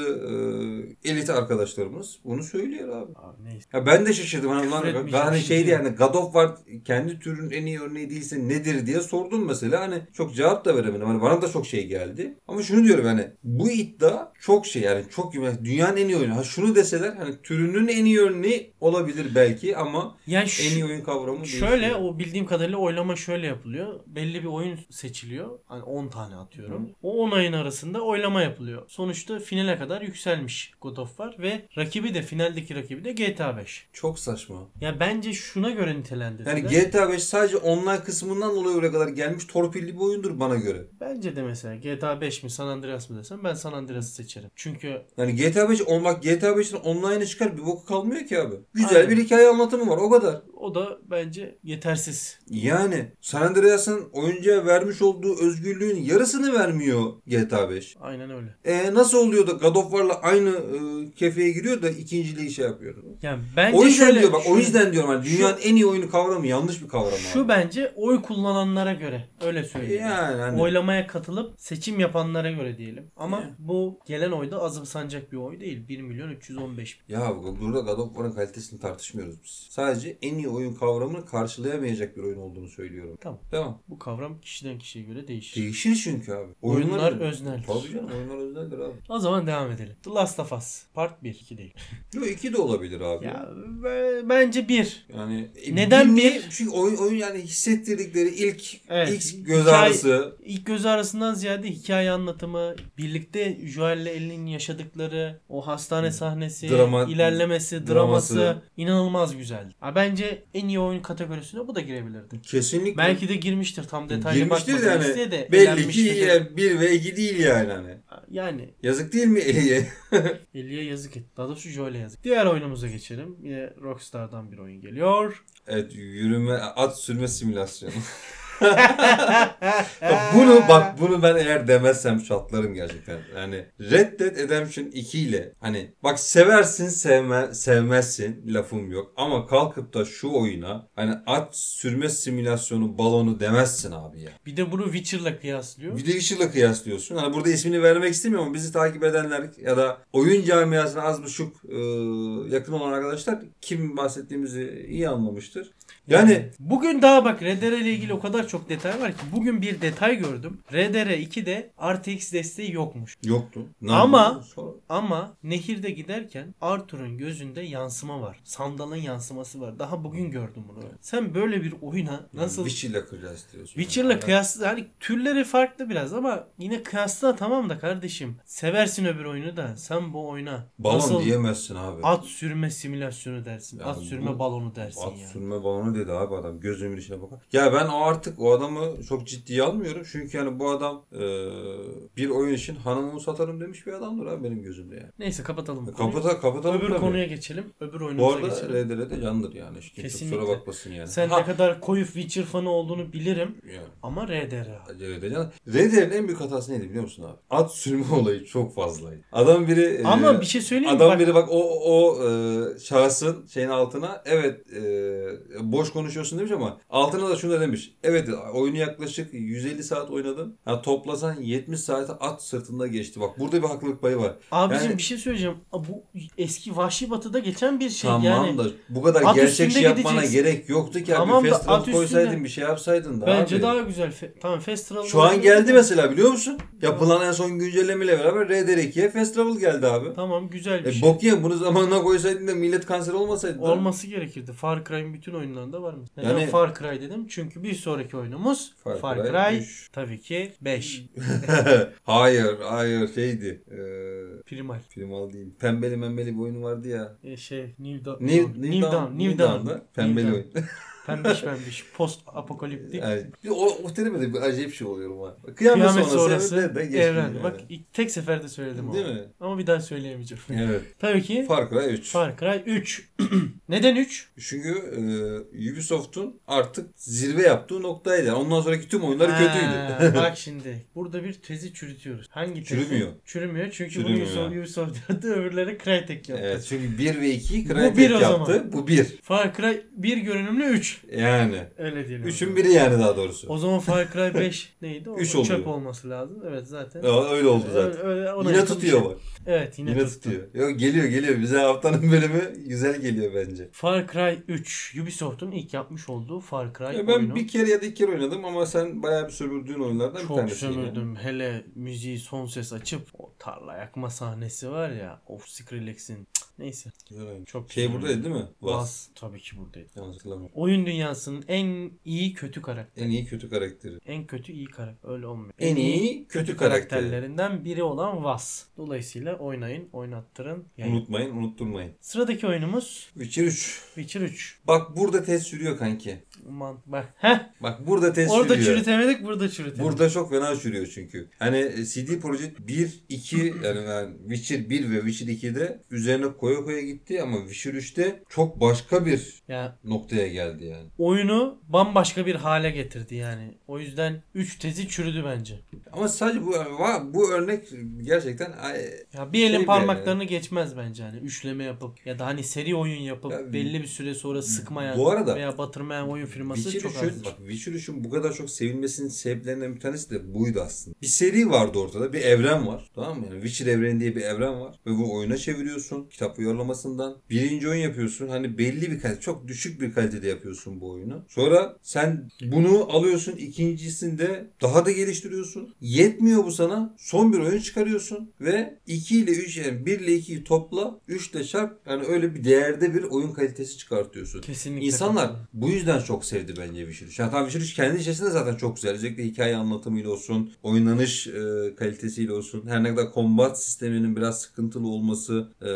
Speaker 1: e, elit arkadaşlarımız bunu söylüyor abi.
Speaker 2: Abi neyse.
Speaker 1: Ya ben de şaşırdım. Hani, ulan,
Speaker 2: Küfür etmeyeceğim
Speaker 1: hani
Speaker 2: şimdi
Speaker 1: şeydi
Speaker 2: diyor.
Speaker 1: yani God of War kendi türünün en iyi örneği değilse nedir diye sordum mesela. Hani çok cevap da veremedim. Hani bana da çok şey geldi. Ama şunu diyorum yani bu iddia çok şey yani çok yani dünyanın en iyi oyunu. Ha şunu deseler hani türünün en iyi örneği olabilir belki ama
Speaker 2: Yani şu-
Speaker 1: en iyi oyun kavramı değil.
Speaker 2: Şöyle o bildiğim kadarıyla oylama şöyle yapılıyor. Belli bir oyun seçiliyor. Hani 10 tane atıyorum. O 10 ayın arasında oylama yapılıyor. Sonuçta finale kadar yükselmiş God of War ve rakibi de finaldeki rakibi de GTA 5.
Speaker 1: çok saçma.
Speaker 2: Ya bence şuna göre nitelendirdiler.
Speaker 1: Yani GTA 5 sadece online kısmından dolayı oraya kadar gelmiş torpilli bir oyundur bana göre.
Speaker 2: bence de mesela GTA 5 mi San Andreas mı desem ben San Andreas'ı seçerim. Çünkü
Speaker 1: Yani GTA 5 olmak GTA 5'in online'a çıkar bir boku kalmıyor ki abi. Güzel
Speaker 2: Aynen.
Speaker 1: bir hikaye anlatımı var o kadar.
Speaker 2: o da bence yetersiz.
Speaker 1: Yani San Andreas'ın oyuncuya vermiş olduğu özgürlüğün yarısını vermiyor GTA 5.
Speaker 2: Aynen öyle.
Speaker 1: E nasıl oluyor da God of War'la aynı e, kefeye giriyor da ikinciliği şey yapıyor.
Speaker 2: Yani bence
Speaker 1: O yüzden
Speaker 2: şöyle,
Speaker 1: diyor bak o
Speaker 2: şu-
Speaker 1: yüzden diyorum hani
Speaker 2: şu-
Speaker 1: dünyanın en iyi oyunu kavramı yanlış bir kavram
Speaker 2: şu
Speaker 1: abi.
Speaker 2: bence oy kullananlara göre öyle söyleyeyim.
Speaker 1: yani hani-
Speaker 2: Oylamaya katılıp seçim yapanlara göre diyelim. Ama
Speaker 1: Yani.
Speaker 2: bu gelen oy da azımsanacak bir oy değil. 1 milyon 315 bin.
Speaker 1: Ya burada God of War'ın kalitesini tartışmıyoruz biz. Sadece en iyi oyun kavramını karşılayamayacak bir oyun olduğunu söylüyorum.
Speaker 2: Tamam.
Speaker 1: Tamam.
Speaker 2: Bu kavram kişiden kişiye göre değişir.
Speaker 1: Değişir çünkü abi.
Speaker 2: Oyunlar
Speaker 1: özneldir.
Speaker 2: özneldir.
Speaker 1: Tabii canım oyunlar özneldir abi.
Speaker 2: O zaman devam edelim. The Last of Us Part 1 2 değil.
Speaker 1: Yo iki de olabilir abi.
Speaker 2: Ya be- bence 1.
Speaker 1: Yani e,
Speaker 2: Neden
Speaker 1: bilmiyorum.
Speaker 2: bir?
Speaker 1: Çünkü oyun, oyun yani hissettirdikleri ilk
Speaker 2: Evet.
Speaker 1: ilk göz
Speaker 2: Hikaye-
Speaker 1: ağrısı.
Speaker 2: İlk göz arasından ziyade hikaye anlatımı, birlikte Joel'le Ellie'nin yaşadıkları o hastane sahnesi,
Speaker 1: Hmm. Drama-
Speaker 2: ilerlemesi, draması,
Speaker 1: draması.
Speaker 2: inanılmaz güzeldi. Ha, bence en iyi oyun kategorisine bu da girebilirdi.
Speaker 1: Kesinlikle.
Speaker 2: Belki de girmiştir tam detaylı
Speaker 1: Girmiştir
Speaker 2: bakmadım.
Speaker 1: de yani.
Speaker 2: Listeye de
Speaker 1: Belli
Speaker 2: elenmiş
Speaker 1: ki
Speaker 2: midir?
Speaker 1: yani bir ve iki değil yani hani.
Speaker 2: Yani
Speaker 1: Yazık değil mi Eli'ye?
Speaker 2: Ellie'ye yazık et. Daha doğrusu Joel'e yazık. Diğer oyunumuza geçelim. Yine Rockstar'dan bir oyun geliyor.
Speaker 1: evet yürüme at sürme simülasyonu.
Speaker 2: Ee.
Speaker 1: Ya bunu bak bunu ben eğer demezsem çatlarım gerçekten. Yani Red Dead Redemption 2 ile hani bak seversin sevme, sevmezsin lafım yok. Ama kalkıp da şu oyuna hani at sürme simülasyonu balonu demezsin abi ya.
Speaker 2: Bir de bunu Witcher'la kıyaslıyor.
Speaker 1: Bir de Witcher'la kıyaslıyorsun. Hani burada ismini vermek istemiyorum ama bizi takip edenler ya da oyun camiasına az buçuk e, yakın olan arkadaşlar kim bahsettiğimizi iyi anlamıştır. Yani
Speaker 2: Bugün daha bak RDR ile ilgili o kadar çok detay var ki bugün bir detay gördüm. RDR 2'de RTX desteği yokmuş.
Speaker 1: yoktu. Ne
Speaker 2: Ama-
Speaker 1: yapıyorsun? Sonra-
Speaker 2: Ama nehirde giderken Arthur'un gözünde yansıma var. Sandalın yansıması var. Daha bugün gördüm bunu. Sen böyle bir oyuna nasıl
Speaker 1: Witcher'la kıyaslıyorsun.
Speaker 2: Witcher'la
Speaker 1: Yani-
Speaker 2: kıyaslı hani türleri farklı biraz ama yine kıyasla tamam da kardeşim. Seversin öbür oyunu da sen bu oyuna
Speaker 1: Balon
Speaker 2: nasıl
Speaker 1: diyemezsin abi.
Speaker 2: at sürme simülasyonu dersin.
Speaker 1: Ya
Speaker 2: at
Speaker 1: bu-
Speaker 2: sürme balonu dersin
Speaker 1: At
Speaker 2: yani.
Speaker 1: sürme balonu dedi abi adam. Gözümün içine bakar. Ya ben o artık o adamı çok ciddiye almıyorum. Çünkü yani bu adam e, bir oyun için hanımımı satarım demiş bir adamdır abi benim gözümde yani.
Speaker 2: Neyse kapatalım.
Speaker 1: E,
Speaker 2: bu konuyu.
Speaker 1: Kapata, kapatalım
Speaker 2: öbür
Speaker 1: tabii.
Speaker 2: konuya geçelim. Öbür
Speaker 1: Bu
Speaker 2: oyunumuza
Speaker 1: arada
Speaker 2: geçelim.
Speaker 1: RDR de candır yani. Hiç kimse
Speaker 2: Kesinlikle.
Speaker 1: kusura bakmasın yani.
Speaker 2: Sen ne
Speaker 1: Ha,
Speaker 2: kadar koyu Witcher fanı olduğunu bilirim
Speaker 1: yani.
Speaker 2: ama RDR abi.
Speaker 1: RDR de candır. RDR'in en büyük hatası neydi biliyor musun abi? At sürme olayı çok fazlaydı. Adam biri... e,
Speaker 2: Ama bir şey söyleyeyim mi?
Speaker 1: Adam
Speaker 2: Bak,
Speaker 1: biri bak o o e, şahsın şeyin altına evet e, boş konuşuyorsun demiş ama altına da şunu da demiş. Evet oyunu yaklaşık 150 saat oynadım. Ha, toplasan 70 saati at sırtında geçti. Bak burada bir haklılık payı var.
Speaker 2: Abicim
Speaker 1: Yani-
Speaker 2: bir şey söyleyeceğim. A, Bu eski Vahşi Batı'da geçen bir şey
Speaker 1: tamam
Speaker 2: yani.
Speaker 1: da bu kadar
Speaker 2: at
Speaker 1: gerçekçi
Speaker 2: üstünde
Speaker 1: yapmana
Speaker 2: gideceksin.
Speaker 1: gerek yoktu ki.
Speaker 2: Tamam
Speaker 1: abi.
Speaker 2: da
Speaker 1: Fast
Speaker 2: at
Speaker 1: travel
Speaker 2: üstünde-
Speaker 1: koysaydın bir şey yapsaydın da
Speaker 2: Bence
Speaker 1: abi.
Speaker 2: daha güzel. Fe- tamam Fast Travel
Speaker 1: Şu an
Speaker 2: olabilir.
Speaker 1: geldi mesela biliyor musun? Yapılan en son güncellemeyle beraber RDR2'ye Fast Travel geldi abi.
Speaker 2: Tamam güzel bir
Speaker 1: E
Speaker 2: şey.
Speaker 1: bok yiyen bunu zamanına koysaydın da millet kanser olmasaydı. da.
Speaker 2: Olması gerekirdi. Far Cry'in bütün oyunlarında var mı? Neden
Speaker 1: Yani-
Speaker 2: Far Cry dedim? Çünkü bir sonraki oyunumuz Far, Cry,
Speaker 1: üç.
Speaker 2: tabii ki 5.
Speaker 1: hayır hayır şeydi. Ee,
Speaker 2: Primal.
Speaker 1: film al değil. Pembeli membeli bir oyunu vardı ya.
Speaker 2: E, şey New Dawn.
Speaker 1: New, New, Dawn-
Speaker 2: New
Speaker 1: Dawn'da
Speaker 2: Dawn.
Speaker 1: Pembeli
Speaker 2: New Dawn.
Speaker 1: oyun.
Speaker 2: Pembiş pembiş. Post apokaliptik.
Speaker 1: yani, bir o, o terime de bir acayip şey oluyorum ha. Kıyamet,
Speaker 2: Kıyamet
Speaker 1: sonrası,
Speaker 2: sonrası
Speaker 1: evren de geçmiyor
Speaker 2: evren.
Speaker 1: yani.
Speaker 2: Bak ilk- tek seferde söyledim
Speaker 1: Değil
Speaker 2: abi.
Speaker 1: mi?
Speaker 2: Ama bir daha söyleyemeyeceğim.
Speaker 1: Evet.
Speaker 2: Tabii ki
Speaker 1: Far Cry 3.
Speaker 2: Far Cry 3. Neden 3?
Speaker 1: Çünkü e, Ubisoft'un artık zirve yaptığı noktaydı. Yani Ondan sonraki tüm oyunlar kötüydü.
Speaker 2: bak şimdi burada bir tezi çürütüyoruz. Hangi tezi?
Speaker 1: Çürümüyor.
Speaker 2: Çürümüyor çünkü
Speaker 1: Çürümüyor.
Speaker 2: bunu Ubisoft, Ubisoft yaptı öbürleri Crytek yaptı.
Speaker 1: Evet, çünkü 1 ve 2'yi
Speaker 2: Bu
Speaker 1: Crytek
Speaker 2: bir o
Speaker 1: yaptı.
Speaker 2: zaman.
Speaker 1: Bu 1.
Speaker 2: Far Cry 1 görünümlü 3.
Speaker 1: Yani.
Speaker 2: Öyle diyelim.
Speaker 1: 3'ün biri yani daha doğrusu.
Speaker 2: O zaman Far Cry 5 neydi? O
Speaker 1: Üç
Speaker 2: çöp
Speaker 1: oluyor.
Speaker 2: olması lazım. Evet zaten.
Speaker 1: Ya, Öyle oldu zaten.
Speaker 2: Öyle- öyle- ona
Speaker 1: Yine
Speaker 2: yakın bir
Speaker 1: tutuyor
Speaker 2: şey.
Speaker 1: bak.
Speaker 2: Evet yine,
Speaker 1: Yine,
Speaker 2: tuttu.
Speaker 1: tutuyor. Yok geliyor geliyor. Bize haftanın bölümü güzel geliyor bence.
Speaker 2: Far Cry 3 Ubisoft'un ilk yapmış olduğu Far Cry
Speaker 1: Ya ben
Speaker 2: oyunu.
Speaker 1: bir kere ya da iki kere oynadım ama sen bayağı bir sömürdüğün oyunlardan bir
Speaker 2: çok
Speaker 1: tanesi. yine.
Speaker 2: sömürdüm. Hele müziği son ses açıp o tarla yakma sahnesi var ya. Of Skrillex'in. Cık, Neyse.
Speaker 1: Güzel oyun.
Speaker 2: Çok
Speaker 1: Şey
Speaker 2: güzel
Speaker 1: buradaydı
Speaker 2: oyun.
Speaker 1: değil mi? Vaz.
Speaker 2: Bas. Tabii ki buradaydı.
Speaker 1: Yanlış hatırlamıyorum.
Speaker 2: Oyun dünyasının en iyi kötü karakter.
Speaker 1: En iyi kötü karakteri.
Speaker 2: En kötü iyi karakter. Öyle olmuyor.
Speaker 1: En iyi kötü karakteri.
Speaker 2: karakterlerinden biri olan Vas. Dolayısıyla oynayın, oynattırın. yayın.
Speaker 1: Unutmayın unutturmayın.
Speaker 2: Sıradaki oyunumuz
Speaker 1: Witcher 3.
Speaker 2: Witcher 3.
Speaker 1: Bak burada test sürüyor kanki.
Speaker 2: Aman bak. Heh.
Speaker 1: Bak burada test
Speaker 2: Orada
Speaker 1: sürüyor.
Speaker 2: çürütemedik, burada çürütemedik.
Speaker 1: Burada çok fena sürüyor çünkü. Hani e, CD Projekt 1, 2 yani, yani Witcher 1 ve Witcher 2'de üzerine koya koya gitti ama Witcher 3'te çok başka bir
Speaker 2: Ya
Speaker 1: noktaya geldi yani.
Speaker 2: oyunu bambaşka bir hale getirdi yani. O yüzden 3 tezi çürüdü bence.
Speaker 1: Ama sadece bu bu örnek gerçekten ay,
Speaker 2: Ya bir elin
Speaker 1: Şey
Speaker 2: parmaklarını geçmez bence hani üçleme yapıp ya da hani seri oyun yapıp
Speaker 1: Ya,
Speaker 2: belli bir süre sonra sıkmayan
Speaker 1: bu arada
Speaker 2: veya batırmayan oyun firması
Speaker 1: Witcher
Speaker 2: çok
Speaker 1: 3'ün
Speaker 2: azdır.
Speaker 1: bak Witcher 3'ün bu kadar çok sevilmesinin sebeplerinden bir tanesi de buydu aslında. Bir seri vardı ortada. Bir evren var. Tamam mı? Yani Witcher evreni diye bir evren var. Ve bu oyuna çeviriyorsun. Kitap uyarlamasından. Birinci oyun yapıyorsun. Hani belli bir kalite. Çok düşük bir kalitede yapıyorsun bu oyunu. Sonra sen bunu alıyorsun. ikincisinde daha da geliştiriyorsun. Yetmiyor bu sana. Son bir oyun çıkarıyorsun. Ve 2 ile 3 yani 1 ile 2'yi topla. 3 ile çarp. Yani öyle bir değerde bir oyun kalitesi çıkartıyorsun.
Speaker 2: Kesinlikle.
Speaker 1: İnsanlar
Speaker 2: katılıyorum.
Speaker 1: bu yüzden çok sevdi bence Witcher 3. Yani tamam Witcher 3 kendi içerisinde zaten çok güzel. Özellikle hikaye anlatımıyla olsun, oynanış e, kalitesiyle olsun. Her ne kadar kombat sisteminin biraz sıkıntılı olması e,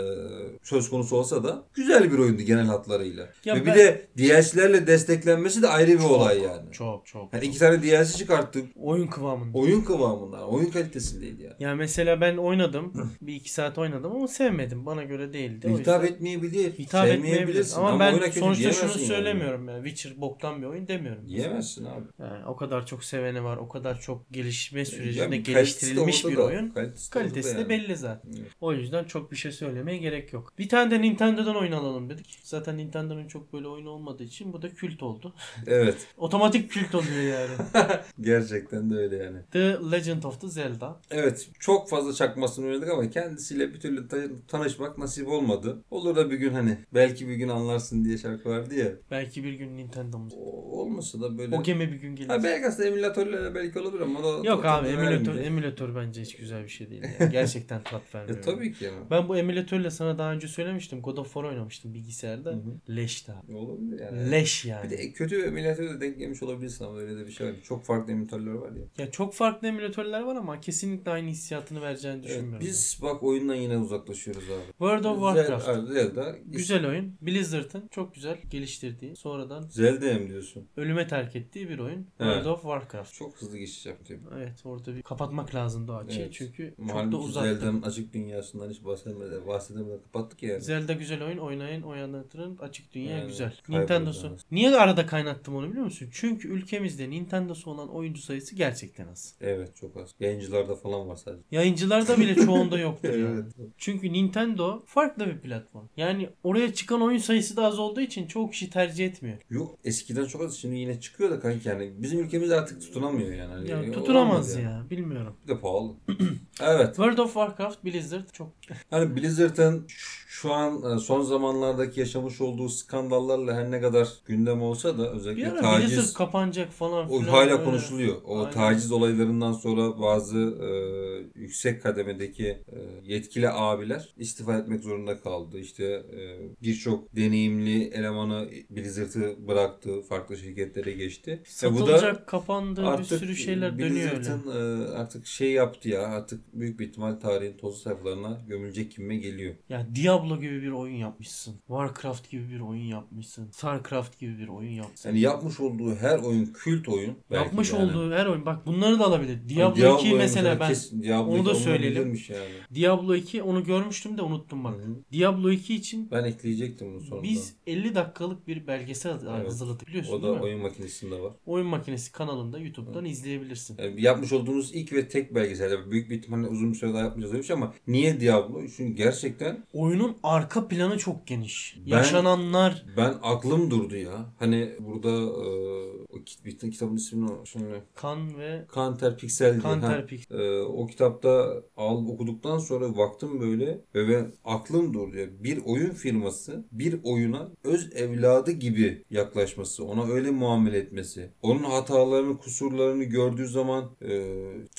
Speaker 1: söz konusu olsa da güzel bir oyundu genel hatlarıyla.
Speaker 2: Ya
Speaker 1: Ve
Speaker 2: ben-
Speaker 1: bir de DLC'lerle desteklenmesi de ayrı bir
Speaker 2: Çok,
Speaker 1: olay yani.
Speaker 2: Çok çok.
Speaker 1: Yani
Speaker 2: çok.
Speaker 1: iki tane DLC çıkarttık.
Speaker 2: Oyun kıvamında.
Speaker 1: Oyun kıvamında, oyun kalitesindeydi yani.
Speaker 2: Ya mesela ben oynadım. bir iki saat oynadım ama sevmedim. Bana göre değildi. O
Speaker 1: Hitap
Speaker 2: yüzden
Speaker 1: etmeyebilir,
Speaker 2: hitap etmeyebilir.
Speaker 1: sevmeyebilirsin
Speaker 2: Ama, ben
Speaker 1: oyuna kötü
Speaker 2: sonuçta şunu
Speaker 1: diyemezsin yani.
Speaker 2: söylemiyorum. Yani. Witcher boktan bir oyun demiyorum.
Speaker 1: Diyemezsin abi.
Speaker 2: Yani o kadar çok seveni var. O kadar çok gelişme sürecinde
Speaker 1: Yani kalitesi de
Speaker 2: geliştirilmiş bir
Speaker 1: ortada.
Speaker 2: oyun.
Speaker 1: Kalitesi de ortada
Speaker 2: Kalitesi de
Speaker 1: yani.
Speaker 2: belli zaten.
Speaker 1: Evet.
Speaker 2: O yüzden çok bir şey söylemeye gerek yok. Bir tane de Nintendo'dan oyun alalım dedik. Zaten Nintendo'nun çok böyle oyunu olmadığı için bu da kült oldu.
Speaker 1: Evet.
Speaker 2: Otomatik kült oluyor yani.
Speaker 1: Gerçekten de öyle yani.
Speaker 2: The Legend of the Zelda.
Speaker 1: Evet çok fazla çakmasını oynadık ama kendisiyle bir türlü ta- tanışmak nasip olmadı. Olur da bir gün hani belki bir gün anlarsın diye şarkı vardı ya.
Speaker 2: Belki bir gün Nintendo'muz.
Speaker 1: O- olmasa da böyle.
Speaker 2: O gemi bir gün gelir.
Speaker 1: Ha, belki aslında emülatörlerle belki olabilir ama o da E,
Speaker 2: Yok
Speaker 1: o
Speaker 2: abi
Speaker 1: tadı
Speaker 2: emülatör,
Speaker 1: vermeyecek.
Speaker 2: emülatör bence hiç güzel bir şey değil. yani. Gerçekten tat vermiyor.
Speaker 1: E, tabii ki ama.
Speaker 2: Ben bu emülatörle sana daha önce söylemiştim. God of War oynamıştım bilgisayarda.
Speaker 1: Hı hı.
Speaker 2: Leşti abi.
Speaker 1: Olabilir yani.
Speaker 2: Leş
Speaker 1: bir
Speaker 2: yani.
Speaker 1: de kötü emülatörü de denk gelmiş olabilirsin ama öyle de bir şey var. Çok farklı emülatörler var ya.
Speaker 2: Ya çok farklı emülatörler var ama kesinlikle aynı hissiyatını vereceğini
Speaker 1: Evet,
Speaker 2: düşünmüyorum. Biz
Speaker 1: biz bak oyundan yine uzaklaşıyoruz abi.
Speaker 2: World of Warcraft.
Speaker 1: Zelda, Zelda,
Speaker 2: Güzel oyun. Blizzard'ın çok güzel geliştirdiği, sonradan
Speaker 1: Zelda'ya mı diyorsun?
Speaker 2: ölüme terk ettiği bir oyun.
Speaker 1: Evet.
Speaker 2: World of Warcraft.
Speaker 1: Çok hızlı geçeceğim tabii.
Speaker 2: Evet, orada bir kapatmak lazımdı o açıyı
Speaker 1: Evet.
Speaker 2: çünkü çok
Speaker 1: Malum
Speaker 2: da
Speaker 1: ki
Speaker 2: uzaktı.
Speaker 1: Zelda'nın açık dünyasından hiç bahsedemeden, bahsedemeden battık yani.
Speaker 2: Zelda güzel oyun oynayın oynatırın açık dünya
Speaker 1: Evet,
Speaker 2: güzel.
Speaker 1: kayboldu
Speaker 2: Nintendo'su.
Speaker 1: yani.
Speaker 2: Niye arada kaynattım onu biliyor musun? Çünkü ülkemizde Nintendo'su olan oyuncu sayısı gerçekten az.
Speaker 1: Evet çok az. Yayıncılarda falan var sadece.
Speaker 2: Yayıncılarda bile çoğunda yoktur yani.
Speaker 1: Evet.
Speaker 2: Çünkü Nintendo farklı bir platform. Yani oraya çıkan oyun sayısı da az olduğu için çoğu kişi tercih etmiyor.
Speaker 1: Yok eskiden çok az şimdi yine çıkıyor da kanki yani bizim ülkemiz artık tutunamıyor yani. Hani
Speaker 2: Ya
Speaker 1: olmaz
Speaker 2: tutunamaz
Speaker 1: yani.
Speaker 2: ya bilmiyorum.
Speaker 1: Bir de pahalı. evet.
Speaker 2: World of Warcraft Blizzard çok
Speaker 1: Hani Blizzard'ın ş- şu an e, son zamanlardaki yaşamış olduğu skandallarla her ne kadar gündem olsa da
Speaker 2: bir
Speaker 1: özellikle
Speaker 2: ara Blizzard
Speaker 1: taciz
Speaker 2: kapanacak falan
Speaker 1: o
Speaker 2: filan
Speaker 1: hala
Speaker 2: böyle.
Speaker 1: konuşuluyor. O
Speaker 2: Aynen.
Speaker 1: taciz olaylarından sonra bazı e, yüksek kademedeki e, yetkili abiler istifa etmek zorunda kaldı. İşte e, birçok deneyimli elemanı Blizzard'ı bıraktı, farklı şirketlere geçti. E bu da-
Speaker 2: Satılacak kapandı bir
Speaker 1: Artık
Speaker 2: sürü şeyler dönüyor öyle.
Speaker 1: Blizzard'ın e, artık şey yaptı ya artık büyük bir ihtimal tarihin tozlu sayfalarına gömülecek kime geliyor.
Speaker 2: Ya Diablo gibi bir oyun yapmışsın. Warcraft gibi bir oyun yapmışsın. Starcraft gibi bir oyun yapmışsın.
Speaker 1: Yani yapmış olduğu her oyun kült oyun. belki
Speaker 2: Yapmış
Speaker 1: yani.
Speaker 2: olduğu her oyun bak bunları da alabilir.
Speaker 1: Hani
Speaker 2: Diablo, 2
Speaker 1: Diablo'yu
Speaker 2: mesela ben
Speaker 1: kesin- Diablo
Speaker 2: onu da
Speaker 1: 2
Speaker 2: söyleyelim.
Speaker 1: olabilirmiş Yani.
Speaker 2: Diablo 2 onu görmüştüm de unuttum bak.
Speaker 1: Hı hı.
Speaker 2: Diablo 2 için
Speaker 1: Ben ekleyecektim bunu sonunda.
Speaker 2: biz 50 dakikalık bir belgesel
Speaker 1: Evet.
Speaker 2: hazırladık biliyorsun
Speaker 1: o
Speaker 2: değil
Speaker 1: da
Speaker 2: mi?
Speaker 1: oyun makinesinde var.
Speaker 2: Oyun makinesi kanalında YouTube'dan izleyebilirsin.
Speaker 1: Yani yapmış olduğunuz ilk ve tek belgesel. Yani büyük bir ihtimalle uzun bir süre daha yapmayacağız öyle bir şey ama niye Diablo? Çünkü gerçekten
Speaker 2: Oyunun arka planı çok geniş.
Speaker 1: Ben-
Speaker 2: Yaşananlar
Speaker 1: ben aklım durdu ya. Hani burada e, o kit- bir kitabın ismini o- şimdi
Speaker 2: kan ve
Speaker 1: Counter Pixel diye.
Speaker 2: kan
Speaker 1: ha.
Speaker 2: terpik.
Speaker 1: Ee, o kitapta al okuduktan sonra baktım böyle ve ben aklım durdu. ya. Bir oyun firması bir oyuna öz evladı gibi yaklaşması, ona öyle muamele etmesi, onun hatalarını, kusurlarını gördüğü zaman e,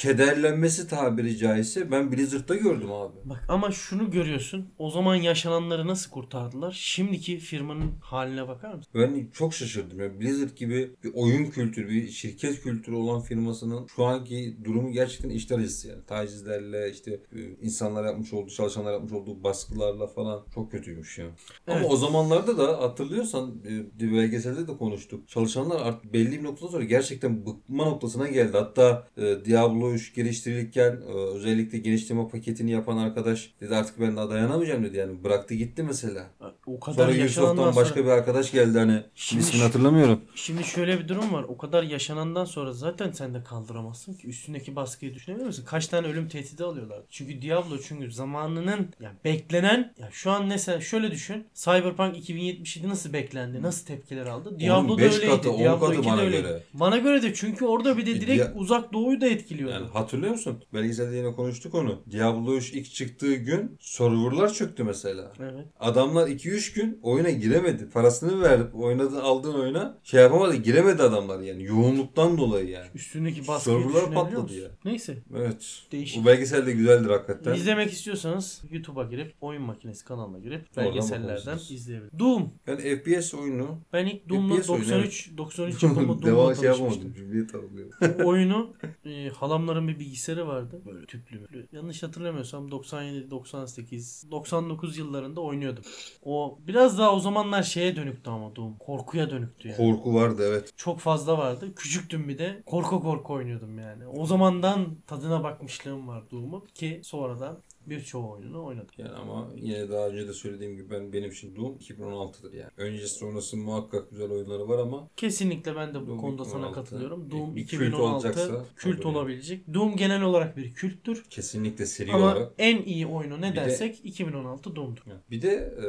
Speaker 1: kederlenmesi tabiri caizse ben Blizzard'da gördüm abi.
Speaker 2: Bak ama şunu görüyorsun. O zaman yaşananları nasıl kurtardılar? Şimdiki firmanın haline bakar mısın?
Speaker 1: Ben çok şaşırdım. ya. Blizzard gibi bir oyun kültürü, bir şirket kültürü olan firmasının şu anki durumu gerçekten işler acısı yani. Tacizlerle işte e, insanlar yapmış olduğu, çalışanlar yapmış olduğu baskılarla falan çok kötüymüş ya. Ama
Speaker 2: Evet.
Speaker 1: o zamanlarda da hatırlıyorsan e, bir belgeselde de konuştuk. Çalışanlar artık belli bir noktadan sonra gerçekten bıkma noktasına geldi. Hatta e, Diablo 3 geliştirirken e, özellikle genişleme paketini yapan arkadaş dedi artık ben daha dayanamayacağım dedi yani. Bıraktı gitti mesela.
Speaker 2: O kadar
Speaker 1: Sonra
Speaker 2: yaşanandan
Speaker 1: Ubisoft'tan başka
Speaker 2: sonra...
Speaker 1: bir arkadaş geldi hani.
Speaker 2: Şimdi-
Speaker 1: ismini hatırlamıyorum.
Speaker 2: Şimdi şöyle bir durum var. O kadar yaşanandan sonra zaten sen de kaldıramazsın ki. Üstündeki baskıyı düşünemiyor musun? Kaç tane ölüm tehdidi alıyorlar? Çünkü Diablo çünkü zamanının yani beklenen ya şu an mesela şöyle düşün. Cyberpunk 2077 nasıl beklendi? Nasıl tepkiler aldı? Diablo da
Speaker 1: beş
Speaker 2: öyleydi.
Speaker 1: katı, on
Speaker 2: Diablo
Speaker 1: katı
Speaker 2: 2 de
Speaker 1: bana
Speaker 2: öyleydi.
Speaker 1: göre.
Speaker 2: Bana göre de çünkü orada bir de
Speaker 1: E,
Speaker 2: direkt
Speaker 1: Dia-
Speaker 2: uzak doğuyu da etkiliyordu.
Speaker 1: Yani hatırlıyor musun? Belgeselde yine konuştuk onu. Diablo 3 ilk çıktığı gün serverlar çöktü mesela.
Speaker 2: Evet.
Speaker 1: Adamlar 2-3 gün oyuna giremedi. Parasını verip oynadı, aldığın oyuna şey yapamadı. Giremedi adamlar yani. Yoğunluktan dolayı yani.
Speaker 2: Üstündeki baskıyı
Speaker 1: Serverlar
Speaker 2: düşünebiliyor
Speaker 1: patladı
Speaker 2: musun?
Speaker 1: ya.
Speaker 2: Neyse.
Speaker 1: Evet.
Speaker 2: Değişik.
Speaker 1: Bu belgesel de güzeldir hakikaten.
Speaker 2: İzlemek istiyorsanız YouTube'a girip oyun makinesi kanalına girip
Speaker 1: Oradan
Speaker 2: belgesellerden
Speaker 1: bakabilirsiniz.
Speaker 2: izleyebilirsiniz. Doom.
Speaker 1: Ben FPS oyunu
Speaker 2: Ben ilk Doom'la
Speaker 1: FPS oyunu,
Speaker 2: 93 93 yapımı Doom'la
Speaker 1: devam şey
Speaker 2: tanışmıştım.
Speaker 1: yapamadım. Cümleyi tanımlıyorum.
Speaker 2: Bu oyunu e, halamların bir bilgisayarı vardı. Böyle tüplü. böyle. Yanlış hatırlamıyorsam 97 98 99 yıllarında oynuyordum. O biraz daha o zamanlar şeye dönüktü ama Doom. Korkuya dönüktü yani.
Speaker 1: Korku vardı evet.
Speaker 2: Çok fazla vardı. Küçüktüm bir de. Korku korku oynuyordum yani. O zamandan tadına bakmışlığım var Doom'un ki sonradan birçoğu oyununu oynadım.
Speaker 1: Yani ama yine daha önce de söylediğim gibi ben benim için Doom 2016'dır yani. Öncesi sonrası muhakkak güzel oyunları var ama
Speaker 2: Kesinlikle ben de bu
Speaker 1: Doom
Speaker 2: konuda
Speaker 1: 2016.
Speaker 2: sana katılıyorum. Doom
Speaker 1: Bir kült
Speaker 2: 2016 kült,
Speaker 1: olacaksa olur yani.
Speaker 2: olabilecek. Doom genel olarak bir külttür.
Speaker 1: kesinlikle seri
Speaker 2: Ama
Speaker 1: olarak.
Speaker 2: en iyi oyunu ne
Speaker 1: Bir de-
Speaker 2: dersek 2016 Doom'dur.
Speaker 1: Bir de e,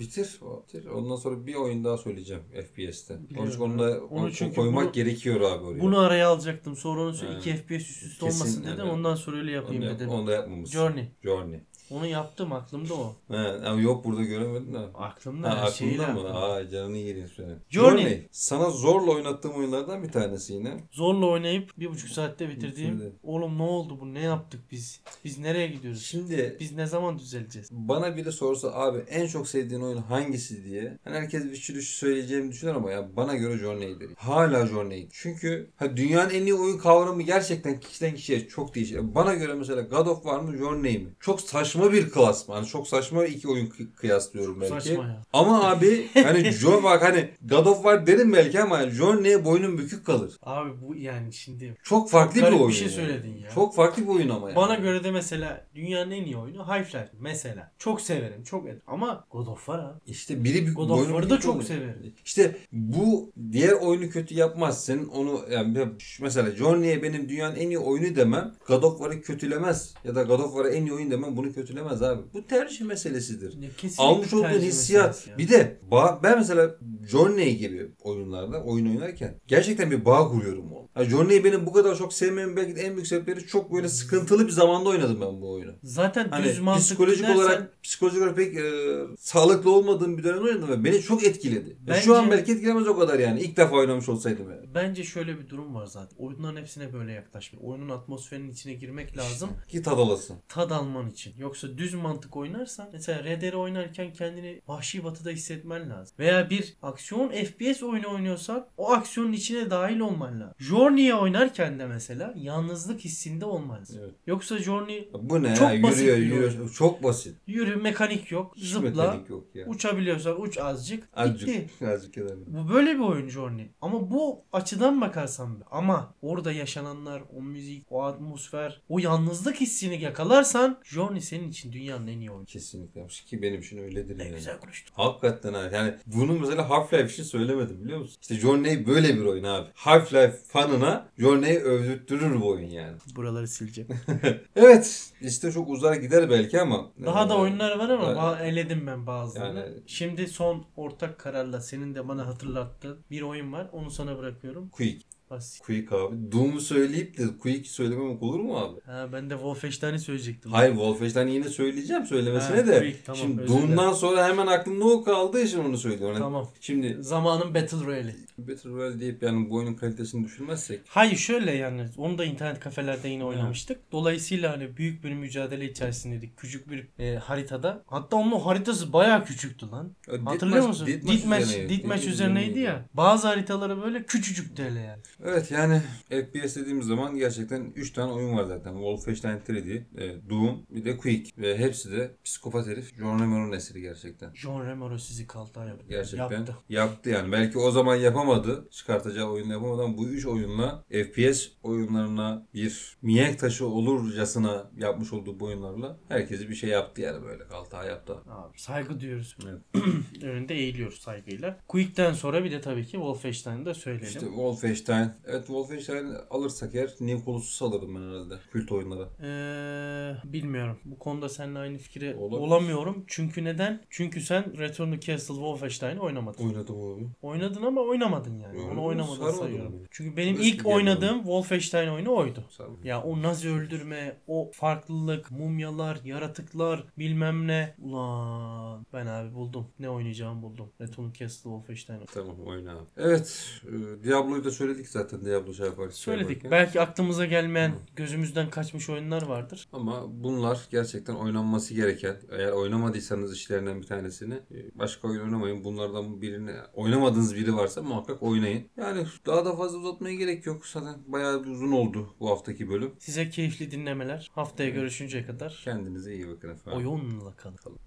Speaker 1: bitir, bitir. Ondan sonra bir oyun daha söyleyeceğim FPS'te. Onun için
Speaker 2: Biliyorum.
Speaker 1: onu da
Speaker 2: Onu
Speaker 1: onu
Speaker 2: çünkü
Speaker 1: koymak
Speaker 2: bunu-
Speaker 1: gerekiyor abi oraya.
Speaker 2: Bunu araya alacaktım. Sonra onu söyle
Speaker 1: Ha.
Speaker 2: 2 FPS üst üste
Speaker 1: Kesin,
Speaker 2: olmasın dedim.
Speaker 1: evet.
Speaker 2: Ondan sonra öyle yapayım
Speaker 1: onu, yap-
Speaker 2: dedim.
Speaker 1: onu da yapmamız.
Speaker 2: Journey.
Speaker 1: Journey.
Speaker 2: Onu yaptım aklımda o.
Speaker 1: He, ama yok burada göremedin ha.
Speaker 2: Aklımda
Speaker 1: Ha,
Speaker 2: her şeyi
Speaker 1: aklında mı?
Speaker 2: yaptım.
Speaker 1: Aa canını yerim senin.
Speaker 2: Journey.
Speaker 1: Sana zorla oynattığım oyunlardan bir tanesi yine.
Speaker 2: Zorla oynayıp bir buçuk saatte bitirdiğim
Speaker 1: Bitirdi.
Speaker 2: oğlum ne oldu bu ne yaptık biz biz nereye gidiyoruz
Speaker 1: Şimdi
Speaker 2: biz ne zaman düzeleceğiz
Speaker 1: Bana biri sorsa abi en çok sevdiğin oyun hangisi diye. Hani herkes bir sürü şey söyleyeceğimi düşünür ama ya bana göre Journey'dir. Hala Journey. Çünkü ha, dünyanın en iyi oyun kavramı gerçekten kişiden kişiye çok değişir. Bana göre mesela God of War mı Journey mi? Çok saçma saçma bir klasman. Yani çok saçma iki oyun kı- kıyaslıyorum belki.
Speaker 2: Saçma ya.
Speaker 1: Ama abi hani John bak hani God of War derim belki ama Journey'e boynun bükük kalır.
Speaker 2: Abi bu yani şimdi
Speaker 1: Çok farklı
Speaker 2: garip
Speaker 1: bir oyun.
Speaker 2: bir şey
Speaker 1: yani.
Speaker 2: söyledin ya.
Speaker 1: Çok farklı bir oyun ama yani.
Speaker 2: Bana göre de mesela dünyanın en iyi oyunu Half-Life mesela. Çok severim, çok ederim. Ama God of War abi.
Speaker 1: işte biri bir
Speaker 2: God of
Speaker 1: boynun
Speaker 2: War'ı
Speaker 1: bükük
Speaker 2: da çok
Speaker 1: kalır.
Speaker 2: severim.
Speaker 1: İşte bu diğer oyunu kötü yapmaz. Senin onu yani bir- mesela Journey'e benim dünyanın en iyi oyunu demem God of War'ı kötülemez. Ya da God of War'a en iyi oyun demem bunu kötülemez abi. Bu tercih meselesidir.
Speaker 2: Ya kesinlikle
Speaker 1: almış olduğun
Speaker 2: tercih
Speaker 1: hissiyat.
Speaker 2: meselesi ya.
Speaker 1: Bir de bağ, ben mesela Journey gibi oyunlarda oyun oynarken gerçekten bir bağ kuruyorum o. Yani Journey'i benim bu kadar çok sevmemin belki de en büyük sebepleri çok böyle sıkıntılı bir zamanda oynadım ben bu oyunu.
Speaker 2: Zaten düz
Speaker 1: Hani
Speaker 2: mantık
Speaker 1: psikolojik
Speaker 2: gidersen-
Speaker 1: olarak psikolojik olarak pek e, sağlıklı olmadığım bir dönem oynadım ve beni çok etkiledi. Ya
Speaker 2: Bence-
Speaker 1: Şu an belki etkilemez o kadar yani. İlk defa oynamış olsaydım yani.
Speaker 2: Bence şöyle bir durum var zaten. Oyunların hepsine böyle yaklaşmak. Oyunun atmosferinin içine girmek lazım.
Speaker 1: Ki tad alasın.
Speaker 2: Tad alman için. Yoksa düz mantık oynarsan mesela Red Dead oynarken kendini vahşi batıda hissetmen lazım. Veya bir aksiyon FPS oyunu oynuyorsan o aksiyonun içine dahil olman lazım. Journey'e oynarken de mesela yalnızlık hissinde olman lazım.
Speaker 1: Evet.
Speaker 2: Yoksa Journey
Speaker 1: Bu ne
Speaker 2: Çok
Speaker 1: ya?
Speaker 2: basit
Speaker 1: Yürüyor,
Speaker 2: bir
Speaker 1: yürüyor. Çok basit.
Speaker 2: yürü mekanik yok
Speaker 1: Hiç
Speaker 2: zıpla
Speaker 1: mekanik yok ya.
Speaker 2: uçabiliyorsan uç azıcık, bitti.
Speaker 1: Azıcık. Azıcık kadar.
Speaker 2: Bu böyle bir oyun Journey. Ama bu açıdan bakarsan bir- ama orada yaşananlar, o müzik, o atmosfer, o yalnızlık hissini yakalarsan Journey senin için dünyanın en iyi oyunu.
Speaker 1: Kesinlikle. yapmış Ki benim için öyledir.
Speaker 2: Ne
Speaker 1: yani.
Speaker 2: güzel konuştun.
Speaker 1: Hakikaten abi. Yani bunu mesela Half-Life için söylemedim biliyor musun? İşte Journey böyle bir oyun abi. Half-Life fanına Journey'i övdürtürür bu oyun yani.
Speaker 2: Buraları sileceğim.
Speaker 1: Evet. işte çok uzar gider belki ama.
Speaker 2: Daha da
Speaker 1: Ee,
Speaker 2: oyunlar var ama
Speaker 1: evet.
Speaker 2: ba- eledim ben bazılarını.
Speaker 1: Yani-
Speaker 2: Şimdi son ortak kararla senin de bana hatırlattığın bir oyun var. Onu sana bırakıyorum.
Speaker 1: Quick.
Speaker 2: Basit.
Speaker 1: Quick abi. Doom'u söyleyip de Quick'i söylememek olur mu abi?
Speaker 2: Ha, ben de Wolfenstein'i söyleyecektim.
Speaker 1: Hayır Wolfenstein yine söyleyeceğim söylemesine
Speaker 2: Ha,
Speaker 1: de.
Speaker 2: Quick, tamam,
Speaker 1: Şimdi
Speaker 2: özür dilerim.
Speaker 1: Doom'dan sonra hemen aklımda o kaldığı için onu söylüyorum. Yani
Speaker 2: Tamam.
Speaker 1: Şimdi
Speaker 2: Zamanın Battle Royale'i.
Speaker 1: Battle Royale deyip yani bu oyunun kalitesini düşürmezsek
Speaker 2: Hayır şöyle yani onu da internet kafelerde yine
Speaker 1: Ha.
Speaker 2: oynamıştık. Dolayısıyla hani büyük bir mücadele içerisindeydik. Küçük bir e, haritada. Hatta onun o haritası bayağı küçüktü lan. Hatırlıyor musun? Ditmaç
Speaker 1: üzerineydi.
Speaker 2: Ditmaç üzerineydi ya. Bazı haritaları böyle küçücük dele yani.
Speaker 1: Evet yani FPS dediğimiz zaman gerçekten 3 tane oyun var zaten. Wolfenstein 3D, e, Doom, bir de Quake. Ve hepsi de psikopat herif John Romero'nun eseri gerçekten.
Speaker 2: John Romero sizi kalta yaptı.
Speaker 1: Gerçekten
Speaker 2: Yaptı.
Speaker 1: yaptı yani. Belki o zaman yapamadı. Çıkartacağı oyunu yapamadan bu üç oyunla FPS oyunlarına bir mihenk taşı olurcasına yapmış olduğu bu oyunlarla herkesi bir şey yaptı yani böyle. Kaltağı yaptı.
Speaker 2: Abi, saygı duyuyoruz.
Speaker 1: Evet.
Speaker 2: Önünde eğiliyoruz saygıyla. Quick'ten sonra bir de tabii ki Wolfenstein'i de söyleyelim.
Speaker 1: İşte Wolfenstein. Evet Wolfenstein alırsak eğer New Colossus alırdım ben herhalde. Kült oyunlara.
Speaker 2: Ee, bilmiyorum. Bu konuda seninle aynı fikre
Speaker 1: Olabilir.
Speaker 2: olamıyorum. Çünkü neden? Çünkü sen Return to Castle Wolfenstein'i oynamadın.
Speaker 1: Oynadım abi.
Speaker 2: Oynadın ama oynamadın yani.
Speaker 1: Oynadım,
Speaker 2: Onu oynamadın
Speaker 1: sarmadı
Speaker 2: sayıyorum.
Speaker 1: beni.
Speaker 2: Çünkü benim
Speaker 1: Eski
Speaker 2: ilk
Speaker 1: game
Speaker 2: oynadığım Wolfenstein oyunu oydu.
Speaker 1: Sarmadı.
Speaker 2: Ya o nazi öldürme, o farklılık, mumyalar, yaratıklar, bilmem ne. Ulan ben abi buldum. Ne oynayacağımı buldum. Return to Castle Wolfenstein.
Speaker 1: Tamam oyna abi. Evet. e, Diablo'yu da söyledik zaten Diablo şey yaparız. şey
Speaker 2: Söyledik.
Speaker 1: yaparken.
Speaker 2: Belki aklımıza gelmeyen, gözümüzden kaçmış oyunlar vardır.
Speaker 1: Ama bunlar gerçekten oynanması gereken. Eğer oynamadıysanız işlerinden bir tanesini e, başka oyun oynamayın. Bunlardan birini oynamadığınız biri varsa muhakkak oynayın. Yani daha da fazla uzatmaya gerek yok. Zaten bayağı bir uzun oldu bu haftaki bölüm.
Speaker 2: Size keyifli dinlemeler. Haftaya görüşünceye kadar
Speaker 1: Kendinize iyi bakın efendim.
Speaker 2: oyunla kalın.